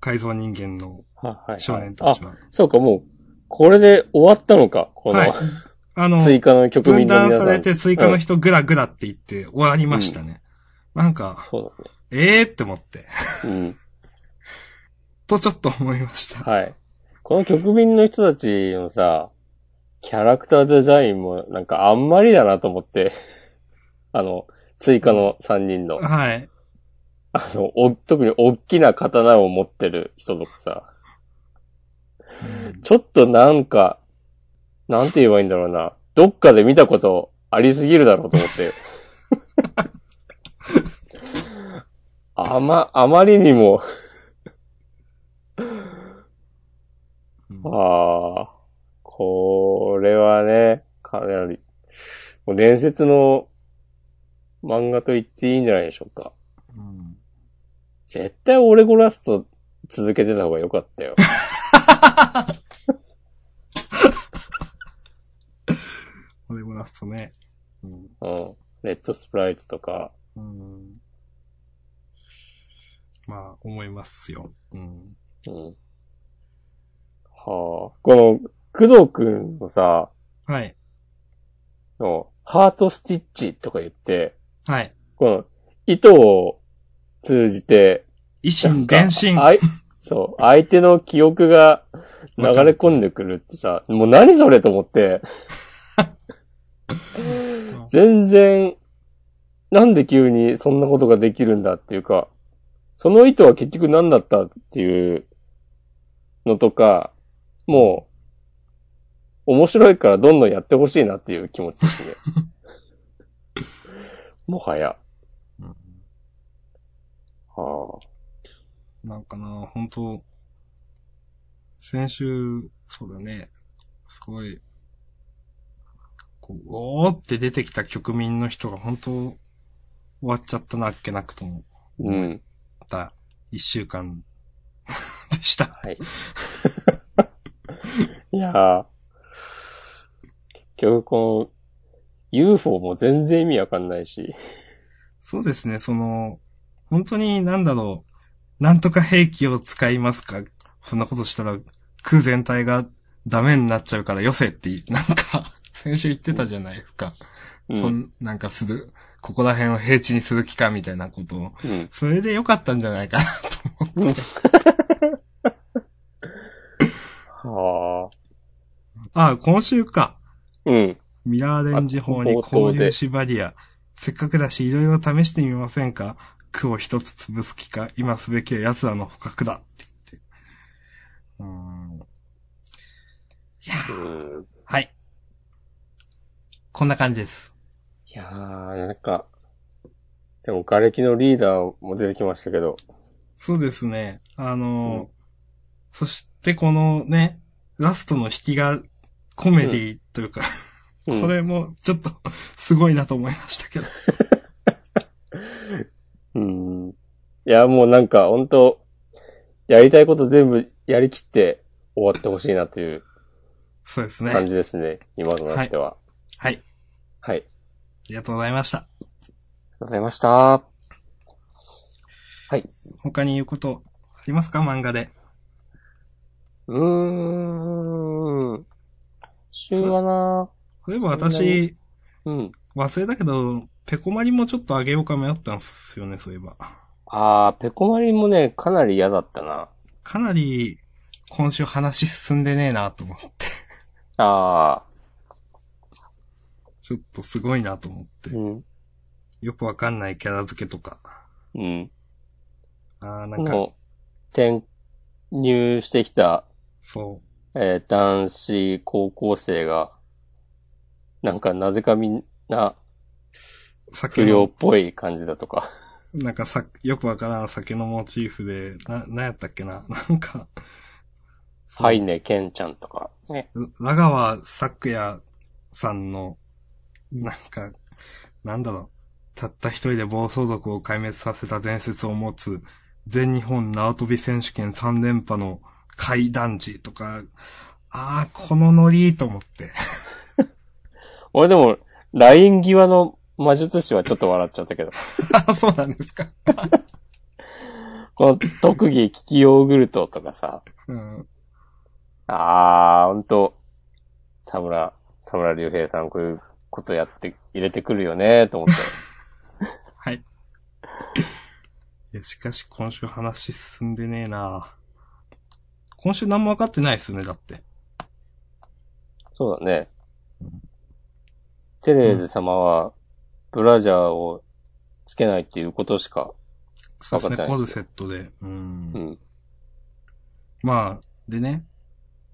S2: 改造人間の
S1: はいはい。
S2: 少年たち
S1: あ、
S2: は。
S1: そうか、もう、これで終わったのか。こ
S2: はい
S1: の、
S2: あ の、
S1: 追加の局
S2: 分
S1: 民の
S2: 断
S1: 皆さ
S2: さ
S1: ん。
S2: れて追加の人グラグラって言って終わりましたね。なんか、
S1: そう
S2: ええーって思って、
S1: だね。うん。
S2: とちょっと思いました。
S1: はい。この局民の人たちのさ、キャラクターデザインもなんかあんまりだなと思って、 あの、追加の3人の、
S2: はい。
S1: あの、お特に大きな刀を持ってる人とかさ、ちょっとなんか、なんて言えばいいんだろうな、どっかで見たことありすぎるだろうと思って。あま、あまりにも、
S2: うん
S1: ああ、これはね、かなり、もう伝説の漫画と言っていいんじゃないでしょうか。
S2: うん
S1: 絶対オレゴラスト続けてた方が良かったよ。
S2: これもラストね。うん。
S1: うん。レッドスプライトとか、
S2: うん、まあ、思いますよ。うん。
S1: うん。はあ、この、工藤くんのさ、
S2: はい。
S1: の、ハートスティッチとか言って、
S2: はい。
S1: この、糸を通じて、
S2: 維
S1: なん
S2: 新、
S1: か
S2: 伝心。
S1: あいそう、相手の記憶が流れ込んでくるってさ、もう何それと思って。全然、なんで急にそんなことができるんだっていうか、その意図は結局何だったっていうのとか、もう、面白いからどんどんやってほしいなっていう気持ちですね。もはや。
S2: うん
S1: は
S2: なんかな、本当先週、そうだね、すごい、こう、おーって出てきた局民の人が本当終わっちゃったな、あっけなくとも、
S1: あ、うん。
S2: た、一週間 でした。
S1: はい。いやー結局こう、UFO も全然意味わかんないし。
S2: そうですね、その、本当になんだろう、なんとか兵器を使いますかそんなことしたら、空全体がダメになっちゃうからよせってい、なんか、先週言ってたじゃないですか。
S1: うん。
S2: そん、なんかする、ここら辺を平地にする気かみたいなことを。
S1: うん
S2: それで良かったんじゃない かなと思う。
S1: はあ。
S2: ああ、今週か。
S1: うん。
S2: ミラーレンジ法に
S1: あ冒頭
S2: こう
S1: で
S2: いう縛りや、せっかくだしいろいろ試してみませんか区を一つ潰す気か、今すべきは奴らの捕獲だって言って。うーん。
S1: うん。
S2: はい。こんな感じです。
S1: いやー、なんか、でも、瓦礫のリーダーも出てきましたけど、
S2: そうですね。あのー
S1: うん
S2: そしてこのね、ラストの引きがコメディというか、
S1: うん
S2: これもちょっとすごいなと思いましたけど。
S1: うん。いや、もうなんか、ほんと、やりたいこと全部やりきって終わってほしいなという
S2: そうですね。
S1: 感じですね、今となっては。
S2: はい。
S1: はい。
S2: ありがとうございました。
S1: ありがとうございました。
S2: 他に言うことありますか漫画で。
S1: うーん。週はな
S2: 例えば
S1: そんな
S2: 私、
S1: うん。
S2: 忘れたけど、ペコマリもちょっとあげようか迷ったんですよね、そういえば。
S1: あー、ペコマリンもね、かなり嫌だったな。
S2: かなり、今週話進んでねえなと思って。
S1: あ
S2: ちょっとすごいなと思って
S1: ー。。うん。
S2: よくわかんないキャラ付けとか。
S1: うん。
S2: あーなんか、
S1: もう、転入してきた
S2: そ
S1: えー男子高校生が、なんかなぜかみんな、
S2: 酒
S1: 不良
S2: の
S1: っ、ぽい感じだとか。
S2: なんかさ、よくわからん酒のモチーフで、な、なんやったっけななんか、そう
S1: はいね、ケンちゃんとか。ね。
S2: ラガワクヤさんの、なんか、なんだろう、たった一人で暴走族を壊滅させた伝説を持つ、全日本縄跳び選手権3連覇の怪談児とか、ああ、このノリと思って。
S1: 俺でも、ライン際の魔術師はちょっと笑っちゃったけど。
S2: あそうなんですか。
S1: この特技、利きヨーグルトとかさ。
S2: うん。
S1: あー、ほんと、田村、田村隆平さんこういうことやって、入れてくるよね、と思って。
S2: はい。いや、しかし今週話進んでねえな今週何も分かってないですよね、だって。
S1: そうだね。テレーゼ様は、ブラジャーをつけないっていうことしか、
S2: そ
S1: 分
S2: うです
S1: かっ
S2: ね、
S1: てな
S2: コ
S1: い
S2: ル
S1: です
S2: セットで。う
S1: う。
S2: ん
S1: ん。
S2: まあ、でね、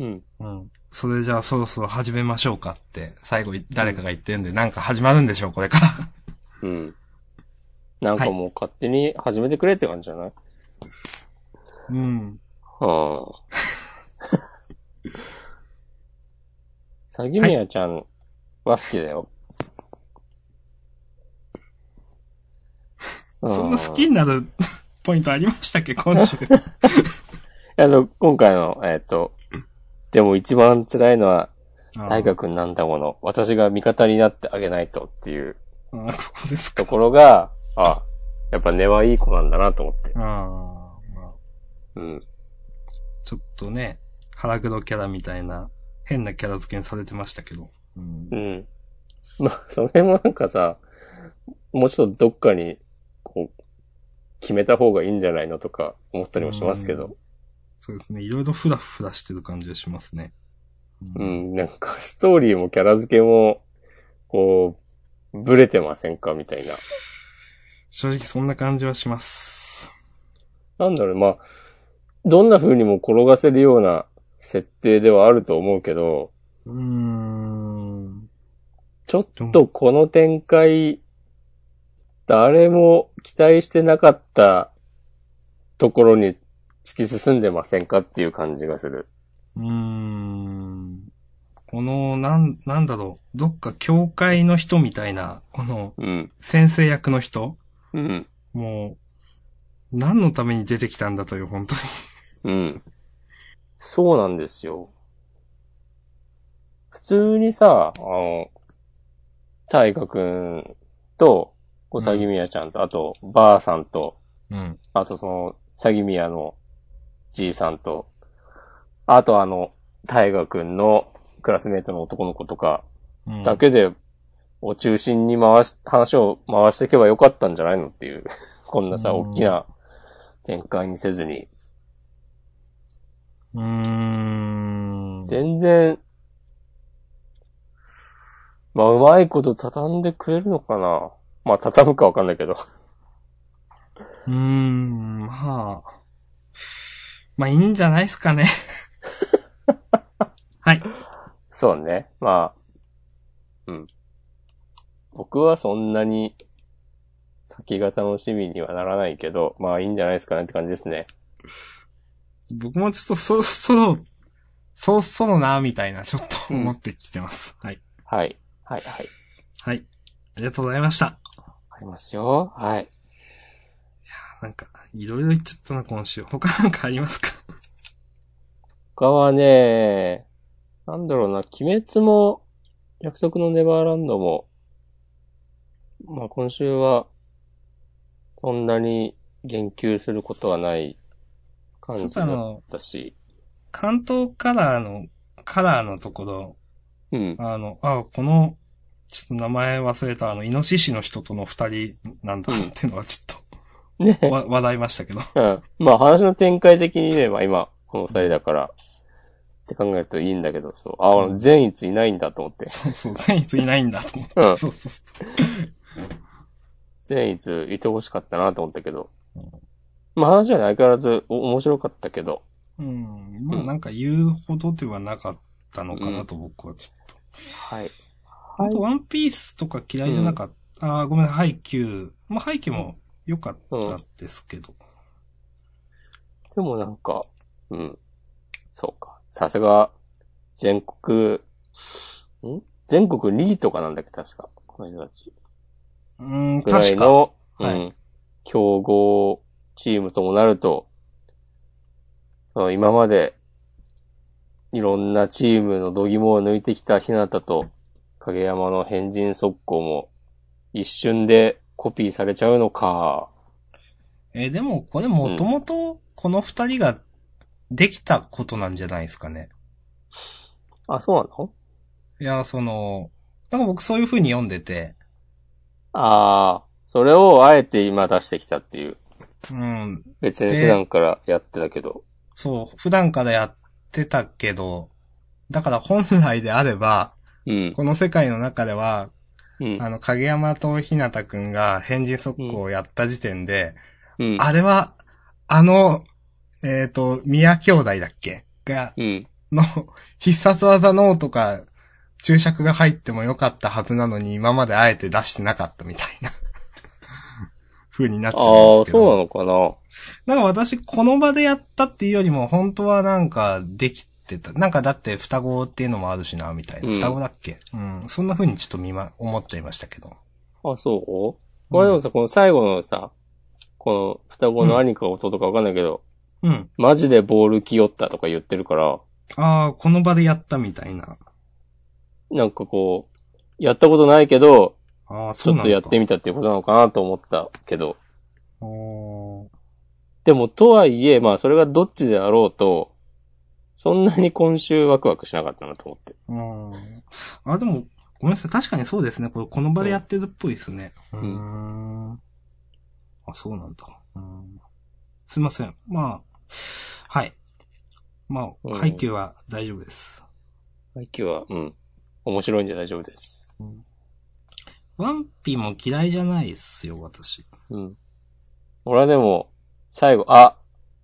S1: うん。
S2: うん。それじゃあそろそろ始めましょうかって、最後い誰かが言ってんで、なんか始まるんでしょう、これから。
S1: うん。なんかもう勝手に始めてくれって感じじゃない、
S2: うん。
S1: うん。詐欺宮ちゃんは好きだよ。う
S2: そんな好きになる ポイントありましたっけ、今 週。
S1: あの、今回の、えっ、と、でも一番辛いのは、大
S2: 学。
S1: 学なんだもの。私が味方になってあげないとっていう
S2: あーここです
S1: と
S2: か。
S1: ころが、あ、やっぱ根はいい子なんだなと思って
S2: あ。ー、まあ、
S1: うん。
S2: ちょっとね、腹黒キャラみたいな、変なキャラ付けにされてましたけど。うん
S1: うん。まあ、その辺もなんかさ、もうちょっとどっかに、こう、決めた方がいいんじゃないのとか思ったりもしますけど。
S2: そうですね、いろいろフラフラしてる感じがしますね。
S1: う
S2: うん
S1: ん、なんかストーリーもキャラ付けも、こう、ブレてませんかみたいな。
S2: 正直そんな感じはします。
S1: なんだろう、まあ、どんな風にも転がせるような設定ではあると思うけど、
S2: うーん。
S1: ちょっとこの展開、誰も期待してなかったところに突き進んでませんかっていう感じがする。
S2: うーん。この、なん、なんだろう、どっか教会の人みたいな、この
S1: うん。
S2: 先生役の人
S1: うん。
S2: もう、何のために出てきたんだという、本当に。
S1: うん。そうなんですよ。普通にさ、あの、大河くんと、小さぎみやちゃんと、あと、ばあさんと、
S2: うん。
S1: あとその、詐欺宮のじいさんと、あとあの、大河くんのクラスメートの男の子とかだけで、を中心に回し、話を回していけばよかったんじゃないのっていう、 こんなさ、
S2: うん
S1: 大きな展開にせずに、
S2: うーん。
S1: 全然、まあ、うまいこと畳んでくれるのかなまあ、畳むかわかんないけど。
S2: うーん、まあ。まあ、いいんじゃないですかね。 はい。
S1: そうね。まあ、うん。僕はそんなに先が楽しみにはならないけど、まあいいんじゃないですかねって感じですね。
S2: 僕もちょっとそろそろ、そろそろな、みたいな、ちょっと思ってきてます。はい。
S1: はい。はい、はい。
S2: はい。ありがとうございました。
S1: ありますよ。はい。
S2: なんか、いろいろ言っちゃったな、今週。他なんかありますか
S1: 他はね、なんだろうな、鬼滅も、約束のネバーランドも、まあ今週は、そんなに言及することはない感
S2: ちょ
S1: じ
S2: っとあ
S1: だっ
S2: の、
S1: たし、
S2: 関東カラーの、カラーのところ、
S1: うん。
S2: あの、あ、この、ちょっと名前忘れた、あの、イノシシの人との二人なんだ
S1: うん
S2: っていうのはちょっ
S1: ね
S2: と、 わ、話題ま したけど。
S1: うん。まあ話の展開的にね、まあ今、この二人だから、って考えるといいんだけど、そう。あ、
S2: うん
S1: 善逸いないんだと思って。
S2: そうそう、善逸いないんだと思っ
S1: う
S2: て。
S1: ん
S2: そうそうそう。
S1: 善逸いてほしかったなと思ったけど。まあ話は相変わらずお面白かったけど、
S2: うん、まあなんか言うほどではなかったのかなと僕はちょっと。
S1: はい。
S2: 本当ワンピースとか嫌いじゃなかっああ、ごめんなさい、ハイキュー。まあ、ハイキューも良かったですけど。
S1: でもなんか、うん。そうか。さすが、全国、ん全国2位とかなんだっけ、確か。この人たち。
S2: うーん、
S1: ぐらい
S2: 確か。
S1: の、う
S2: はい
S1: ん。競合チームともなると、その今まで、いろんなチームの度肝を抜いてきた日向と影山の変人速攻も一瞬でコピーされちゃうのか。
S2: えーでも、これもともと、この二人ができたことなんじゃないですかね。
S1: あ、そうなの
S2: いや、その、なんか僕そういう風に読んでて、
S1: ああ、それをあえて今出してきたっていう。
S2: うん、
S1: 別に
S2: で
S1: 普段からやってたけど。
S2: そう、普段からやってたけど、だから本来であれば、
S1: うん。
S2: この世界の中では、
S1: うん
S2: あ。の、影山と日向くんが変人速攻をやった時点で、
S1: うん。
S2: あれは、あの、えっ、と、宮兄弟だっけが、
S1: うん。
S2: の 必殺技のとか、注釈が入ってもよかったはずなのに、今まであえて出してなかったみたいな、 風になっち
S1: あ
S2: ゃ
S1: あ
S2: うん
S1: ー、
S2: ですけど。
S1: そうなのかな。
S2: なんか私、この場でやったっていうよりも、本当はなんか、できてた。なんかだって、双子っていうのもあるしな、みたいな。
S1: うん
S2: 双子だっけうん。そんな風にちょっと見ま、思っちゃいましたけど。
S1: あ、そうこれでもさ、この最後のさ、この双子の兄か弟かわかんないけど、
S2: うん。
S1: マジでボール来よったとか言ってるから、
S2: ああ、この場でやったみたいな。
S1: なんかこう、やったことないけど、
S2: ああ、
S1: ち
S2: そう
S1: ょ
S2: な
S1: っ
S2: の
S1: と
S2: か。
S1: やってみたっていうことなのかなと思ったけど。
S2: おー
S1: でも、とはいえ、まあ、それがどっちであろうと、そんなに今週ワクワクしなかったなと思って。
S2: うん。あ、でも、ごめんなさい。確かにそうですね。これ、この場でやってるっぽいですね。うーん。あ、そうなんだ。うん。すいません。まあ、はい。ま
S1: うん
S2: あ、配給は大丈夫です。
S1: 今日は、うん。面白いんで大丈夫です。
S2: ワンピも嫌いじゃないっすよ、私。
S1: うん。俺はでも、最後、あ、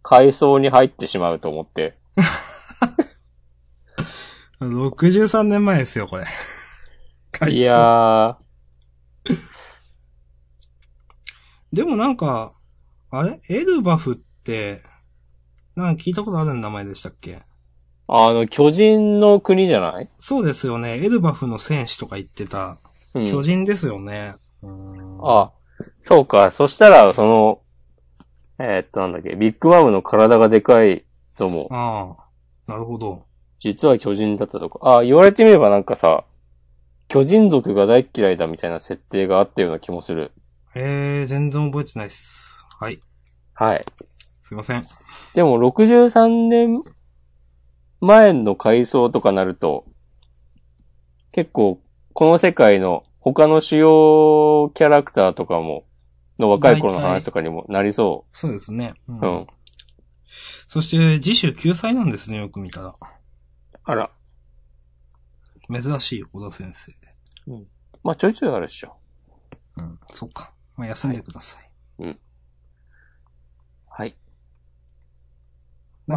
S1: 階層に入ってしまうと思って、
S2: 63年前ですよ、 これ。改装
S1: いやー、
S2: でもなんか、あれエルバフって、なんか聞いたことある名前でしたっけ
S1: あの、巨人の国じゃない
S2: そうですよね。エルバフの戦士とか言ってた、
S1: うん。
S2: 巨人ですよね。うん
S1: あ、そうか。そしたら、その、えーっと、なんだっけ、ビッグマムの体がでかいのも、
S2: ああ、なるほど。
S1: 実は巨人だったとか。あ、言われてみればなんかさ、巨人族が大っ嫌いだみたいな設定があったような気もする。
S2: えー、全然覚えてないっす。はい。
S1: はい。
S2: すいません。
S1: でも、63年前の回想とかなると、結構、この世界の他の主要キャラクターとかも、の若い頃の話とかにもなりそ
S2: そうですね。う
S1: う。うん。
S2: そして、次週救済なんですね、よく見たら。
S1: あら。
S2: 珍しい、小田先生。
S1: まあ、ちょいちょいあるっしょ。
S2: うん、そうか。まあ、休んでください。
S1: はい。
S2: な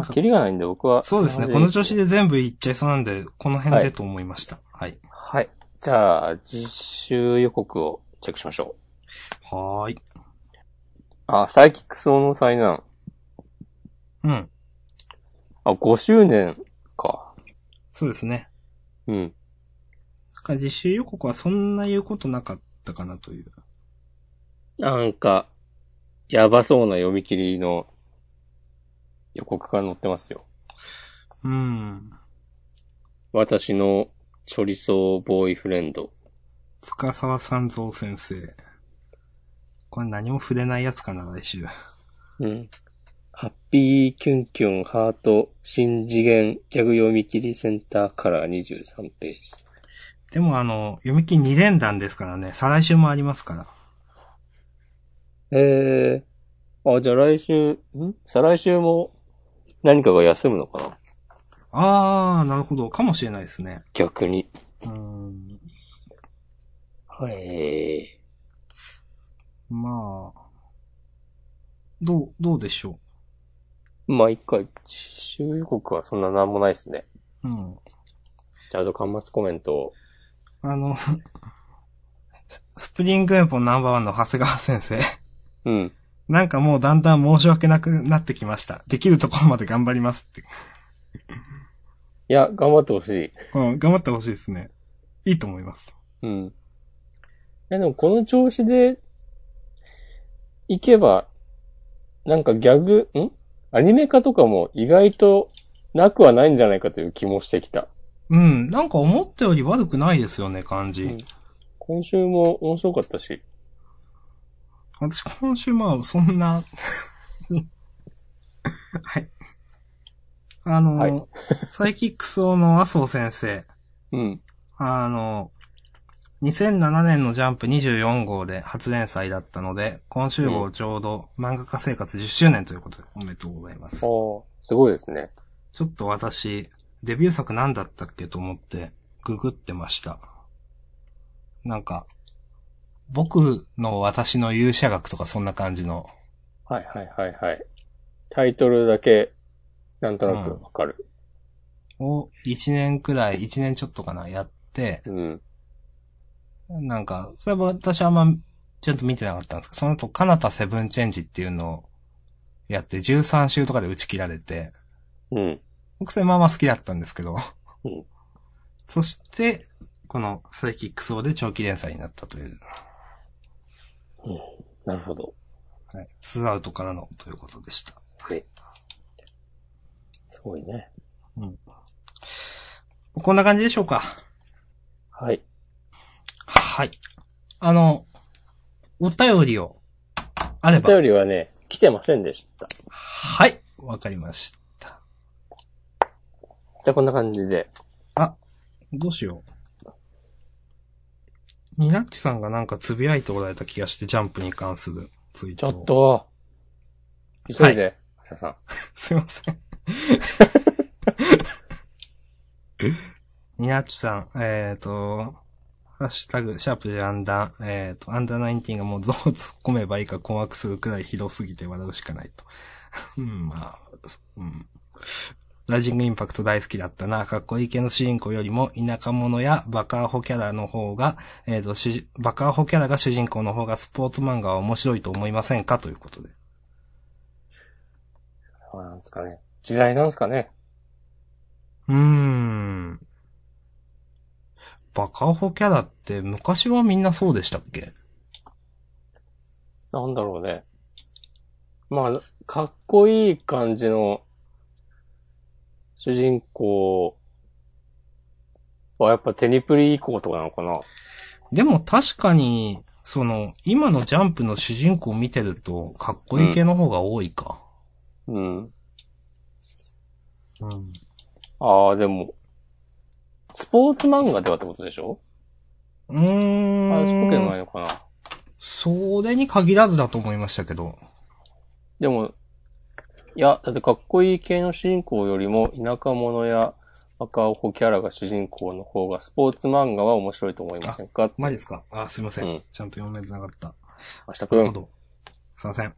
S1: ま
S2: ん
S1: あ、
S2: か
S1: キリがないんで僕は。
S2: そうですね。この調子。で全部いっちゃいそうなんで、この辺でと思いました。はい。
S1: はい。じゃあ、実習予告をチェックしましょう。
S2: はーい。
S1: あ、サイキックス王の災難。
S2: うん。
S1: あ、5周年か。
S2: そうですね。
S1: うん。
S2: だから実習予告はそんな言うことなかったかなという。
S1: なんか、やばそうな読み切りの予告が載ってますよ。
S2: うん。
S1: 私のチョリソーボーイフレンド。
S2: 塚沢三蔵先生。これ何も触れないやつかな、来週。
S1: うん。ハッピーキュンキュンハート新次元ギャグ読み切りセンターカラー23ページ。
S2: でもあの、読み切り2連弾ですからね。再来週もありますから。
S1: ええあ、じゃあ来週、ん再来週も何かが休むのかな
S2: あー、なるほど。かもしれないですね。
S1: 逆に。
S2: うん。
S1: はい。
S2: まあ。どう、どうでしょ
S1: まあ、一回、週予告はそんななんもないですね。
S2: う。うん。
S1: じゃあ、あと、端末コメントを。
S2: あの、 スプリングウェポンナンバーワンの長谷川先生。
S1: うん。
S2: なんかもうだんだん申し訳なくなってきました。できるところまで頑張りますって。
S1: いや、頑張ってほしい。
S2: うん、頑張ってほしいですね。いいと思います。
S1: うん。え、でもこの調子で、行けば、なんかギャグ、んアニメ化とかも意外となくはないんじゃないかという気もしてきた。
S2: うん、なんか思ったより悪くないですよね、感じ。
S1: うん今週も面白かったし。
S2: 私今週まあ、そんな、はい。あの、
S1: はい
S2: サイキックス王の麻生先生。
S1: うん。
S2: あの、2007年のジャンプ24号で初連載だったので、今週号ちょうど漫画家生活10周年ということでおめでとうございます
S1: あ。あ、すごいですね。
S2: ちょっと私、デビュー作なんだったっけと思って、ググってました。なんか、僕の私の勇者学とかそんな感じの。
S1: はいはいはいはい。タイトルだけ、なんとなくわかる。
S2: を1年くらい、1年ちょっとかな、やって、
S1: うん。
S2: なんか、それは私はあんま、ちゃんと見てなかったんですけど、その後、カナタセブンチェンジっていうのをやって、13週とかで打ち切られて、
S1: うん。
S2: 僕それまあまあ好きだったんですけど
S1: うん、
S2: そして、このサイキックスオで長期連載になったという、
S1: なるほど。
S2: はい、ツーアウトからのということでした。
S1: すごいね。
S2: こんな感じでしょうか
S1: はい。
S2: はい。あの、お便りを、あれ
S1: お便
S2: ば。
S1: りはね、来てませんでした。
S2: はい。わかりました。
S1: じゃあこんな感じで。
S2: どうしよう。ニナッチさんがなんかつぶやいておられた気がして、ジャンプに関するツイー
S1: ち
S2: ト
S1: ょ
S2: を
S1: っ。と、急いで、橋田さん。
S2: すいません。ニナッチさん、えっ、ー、と、ハッシュタグ、シャープでアンダー、えっ、と、アンダーナインティーンがもうどう突っ込めばいいか困惑するくらいひどすぎて笑うしかないと。 うん、まあ、そうん。ライジングインパクト大好きだったな。かっこいい系の主人公よりも、田舎者やバカアホキャラの方が、えっ、と、主バカアホキャラが主人公の方がスポーツ漫画は面白いと思いませんかということで。
S1: そうなんですかね。時代なんですかね。
S2: うーん。バカホキャラって昔はみんなそうでしたっけ
S1: なんだろうね。まあ、かっこいい感じの主人公はやっぱテニプリ以降とかなのかな。
S2: でも確かに、その、今のジャンプの主人公を見てると、かっこいい系の方が多いか。
S1: うん。
S2: うん。
S1: ああ、でも、スポーツ漫画ではってことでしょ
S2: うー
S1: あ、スポ
S2: ん。
S1: ケンないのかな。
S2: それに限らずだと思いましたけど。
S1: でも、いや、だってかっこいい系の主人公よりも、田舎者や赤おほキャラが主人公の方が、スポーツ漫画は面白いと思いませんか
S2: マジですかあ、すいません。
S1: うん
S2: ちゃんと読めてなかった。
S1: 明日
S2: な
S1: く
S2: るほ
S1: ん、
S2: ど。すいません。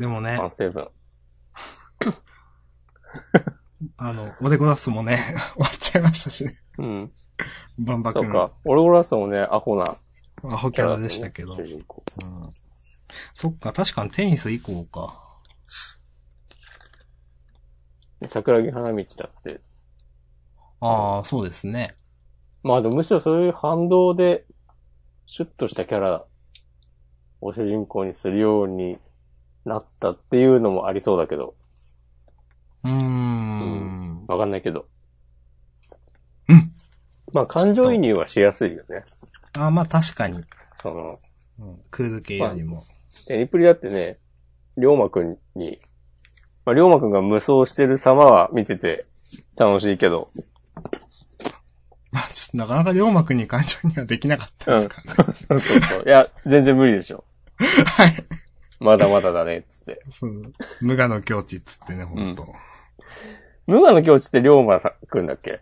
S2: でもね、
S1: 反省文。
S2: あの、おでこ出すもね、 終わっちゃいましたしね。
S1: うん。
S2: バンバ
S1: そ
S2: 君
S1: うか。オルゴラスもね、アホな
S2: アホ
S1: キ
S2: キ
S1: ャ
S2: ャ
S1: ラ
S2: ラでしたけど
S1: 主。人公
S2: うんそっか、確かにテニス以降か。
S1: 桜木花道だって。
S2: ああ、そうですね。
S1: まあでもむしろそういう反動で、シュッとしたキャラを主人公にするようになったっていうのもありそうだけど、
S2: うーん。
S1: わかんないけど。
S2: うん
S1: まあ感情移入はしやすいよね。
S2: ああ、まあ確かに。
S1: その、
S2: うんクール系よりも。
S1: テニプリだってね、龍馬くんに、まあ龍馬くんが無双してる様は見てて楽しいけど、
S2: まあ、ちょっとなかなか龍馬くんに感情にはできなかったですからね。
S1: そうそうそう。いや、全然無理でしょ。
S2: はい。
S1: まだまだだね、っつって。
S2: そう無我の境地っつってね、ほんと。
S1: 無我の境地って龍馬さんくんだっけ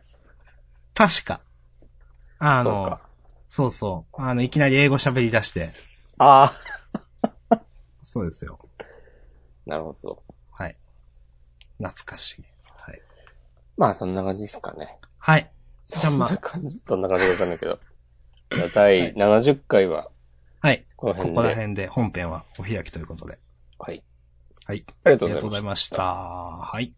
S2: 確か。あ
S1: そう
S2: の
S1: か、。
S2: そうそう。あの、いきなり英語喋り出して。
S1: ああ。
S2: そうですよ。
S1: なるほど。
S2: はい。懐かしい。はい。
S1: まあ、そんな感じですかね。
S2: はい。じゃ
S1: そ
S2: あ
S1: ん
S2: ま
S1: な
S2: あ、
S1: 感じ、どんな感じかわかんないけど。じゃあ第70回は、
S2: はい。
S1: この
S2: こ
S1: 辺で。
S2: こら辺で本編はお開きということで。
S1: はい。
S2: はい。
S1: ありが
S2: あ
S1: と
S2: り
S1: うご
S2: がと
S1: ざ
S2: う
S1: い
S2: ご
S1: ま
S2: ざい
S1: した
S2: ました。はい。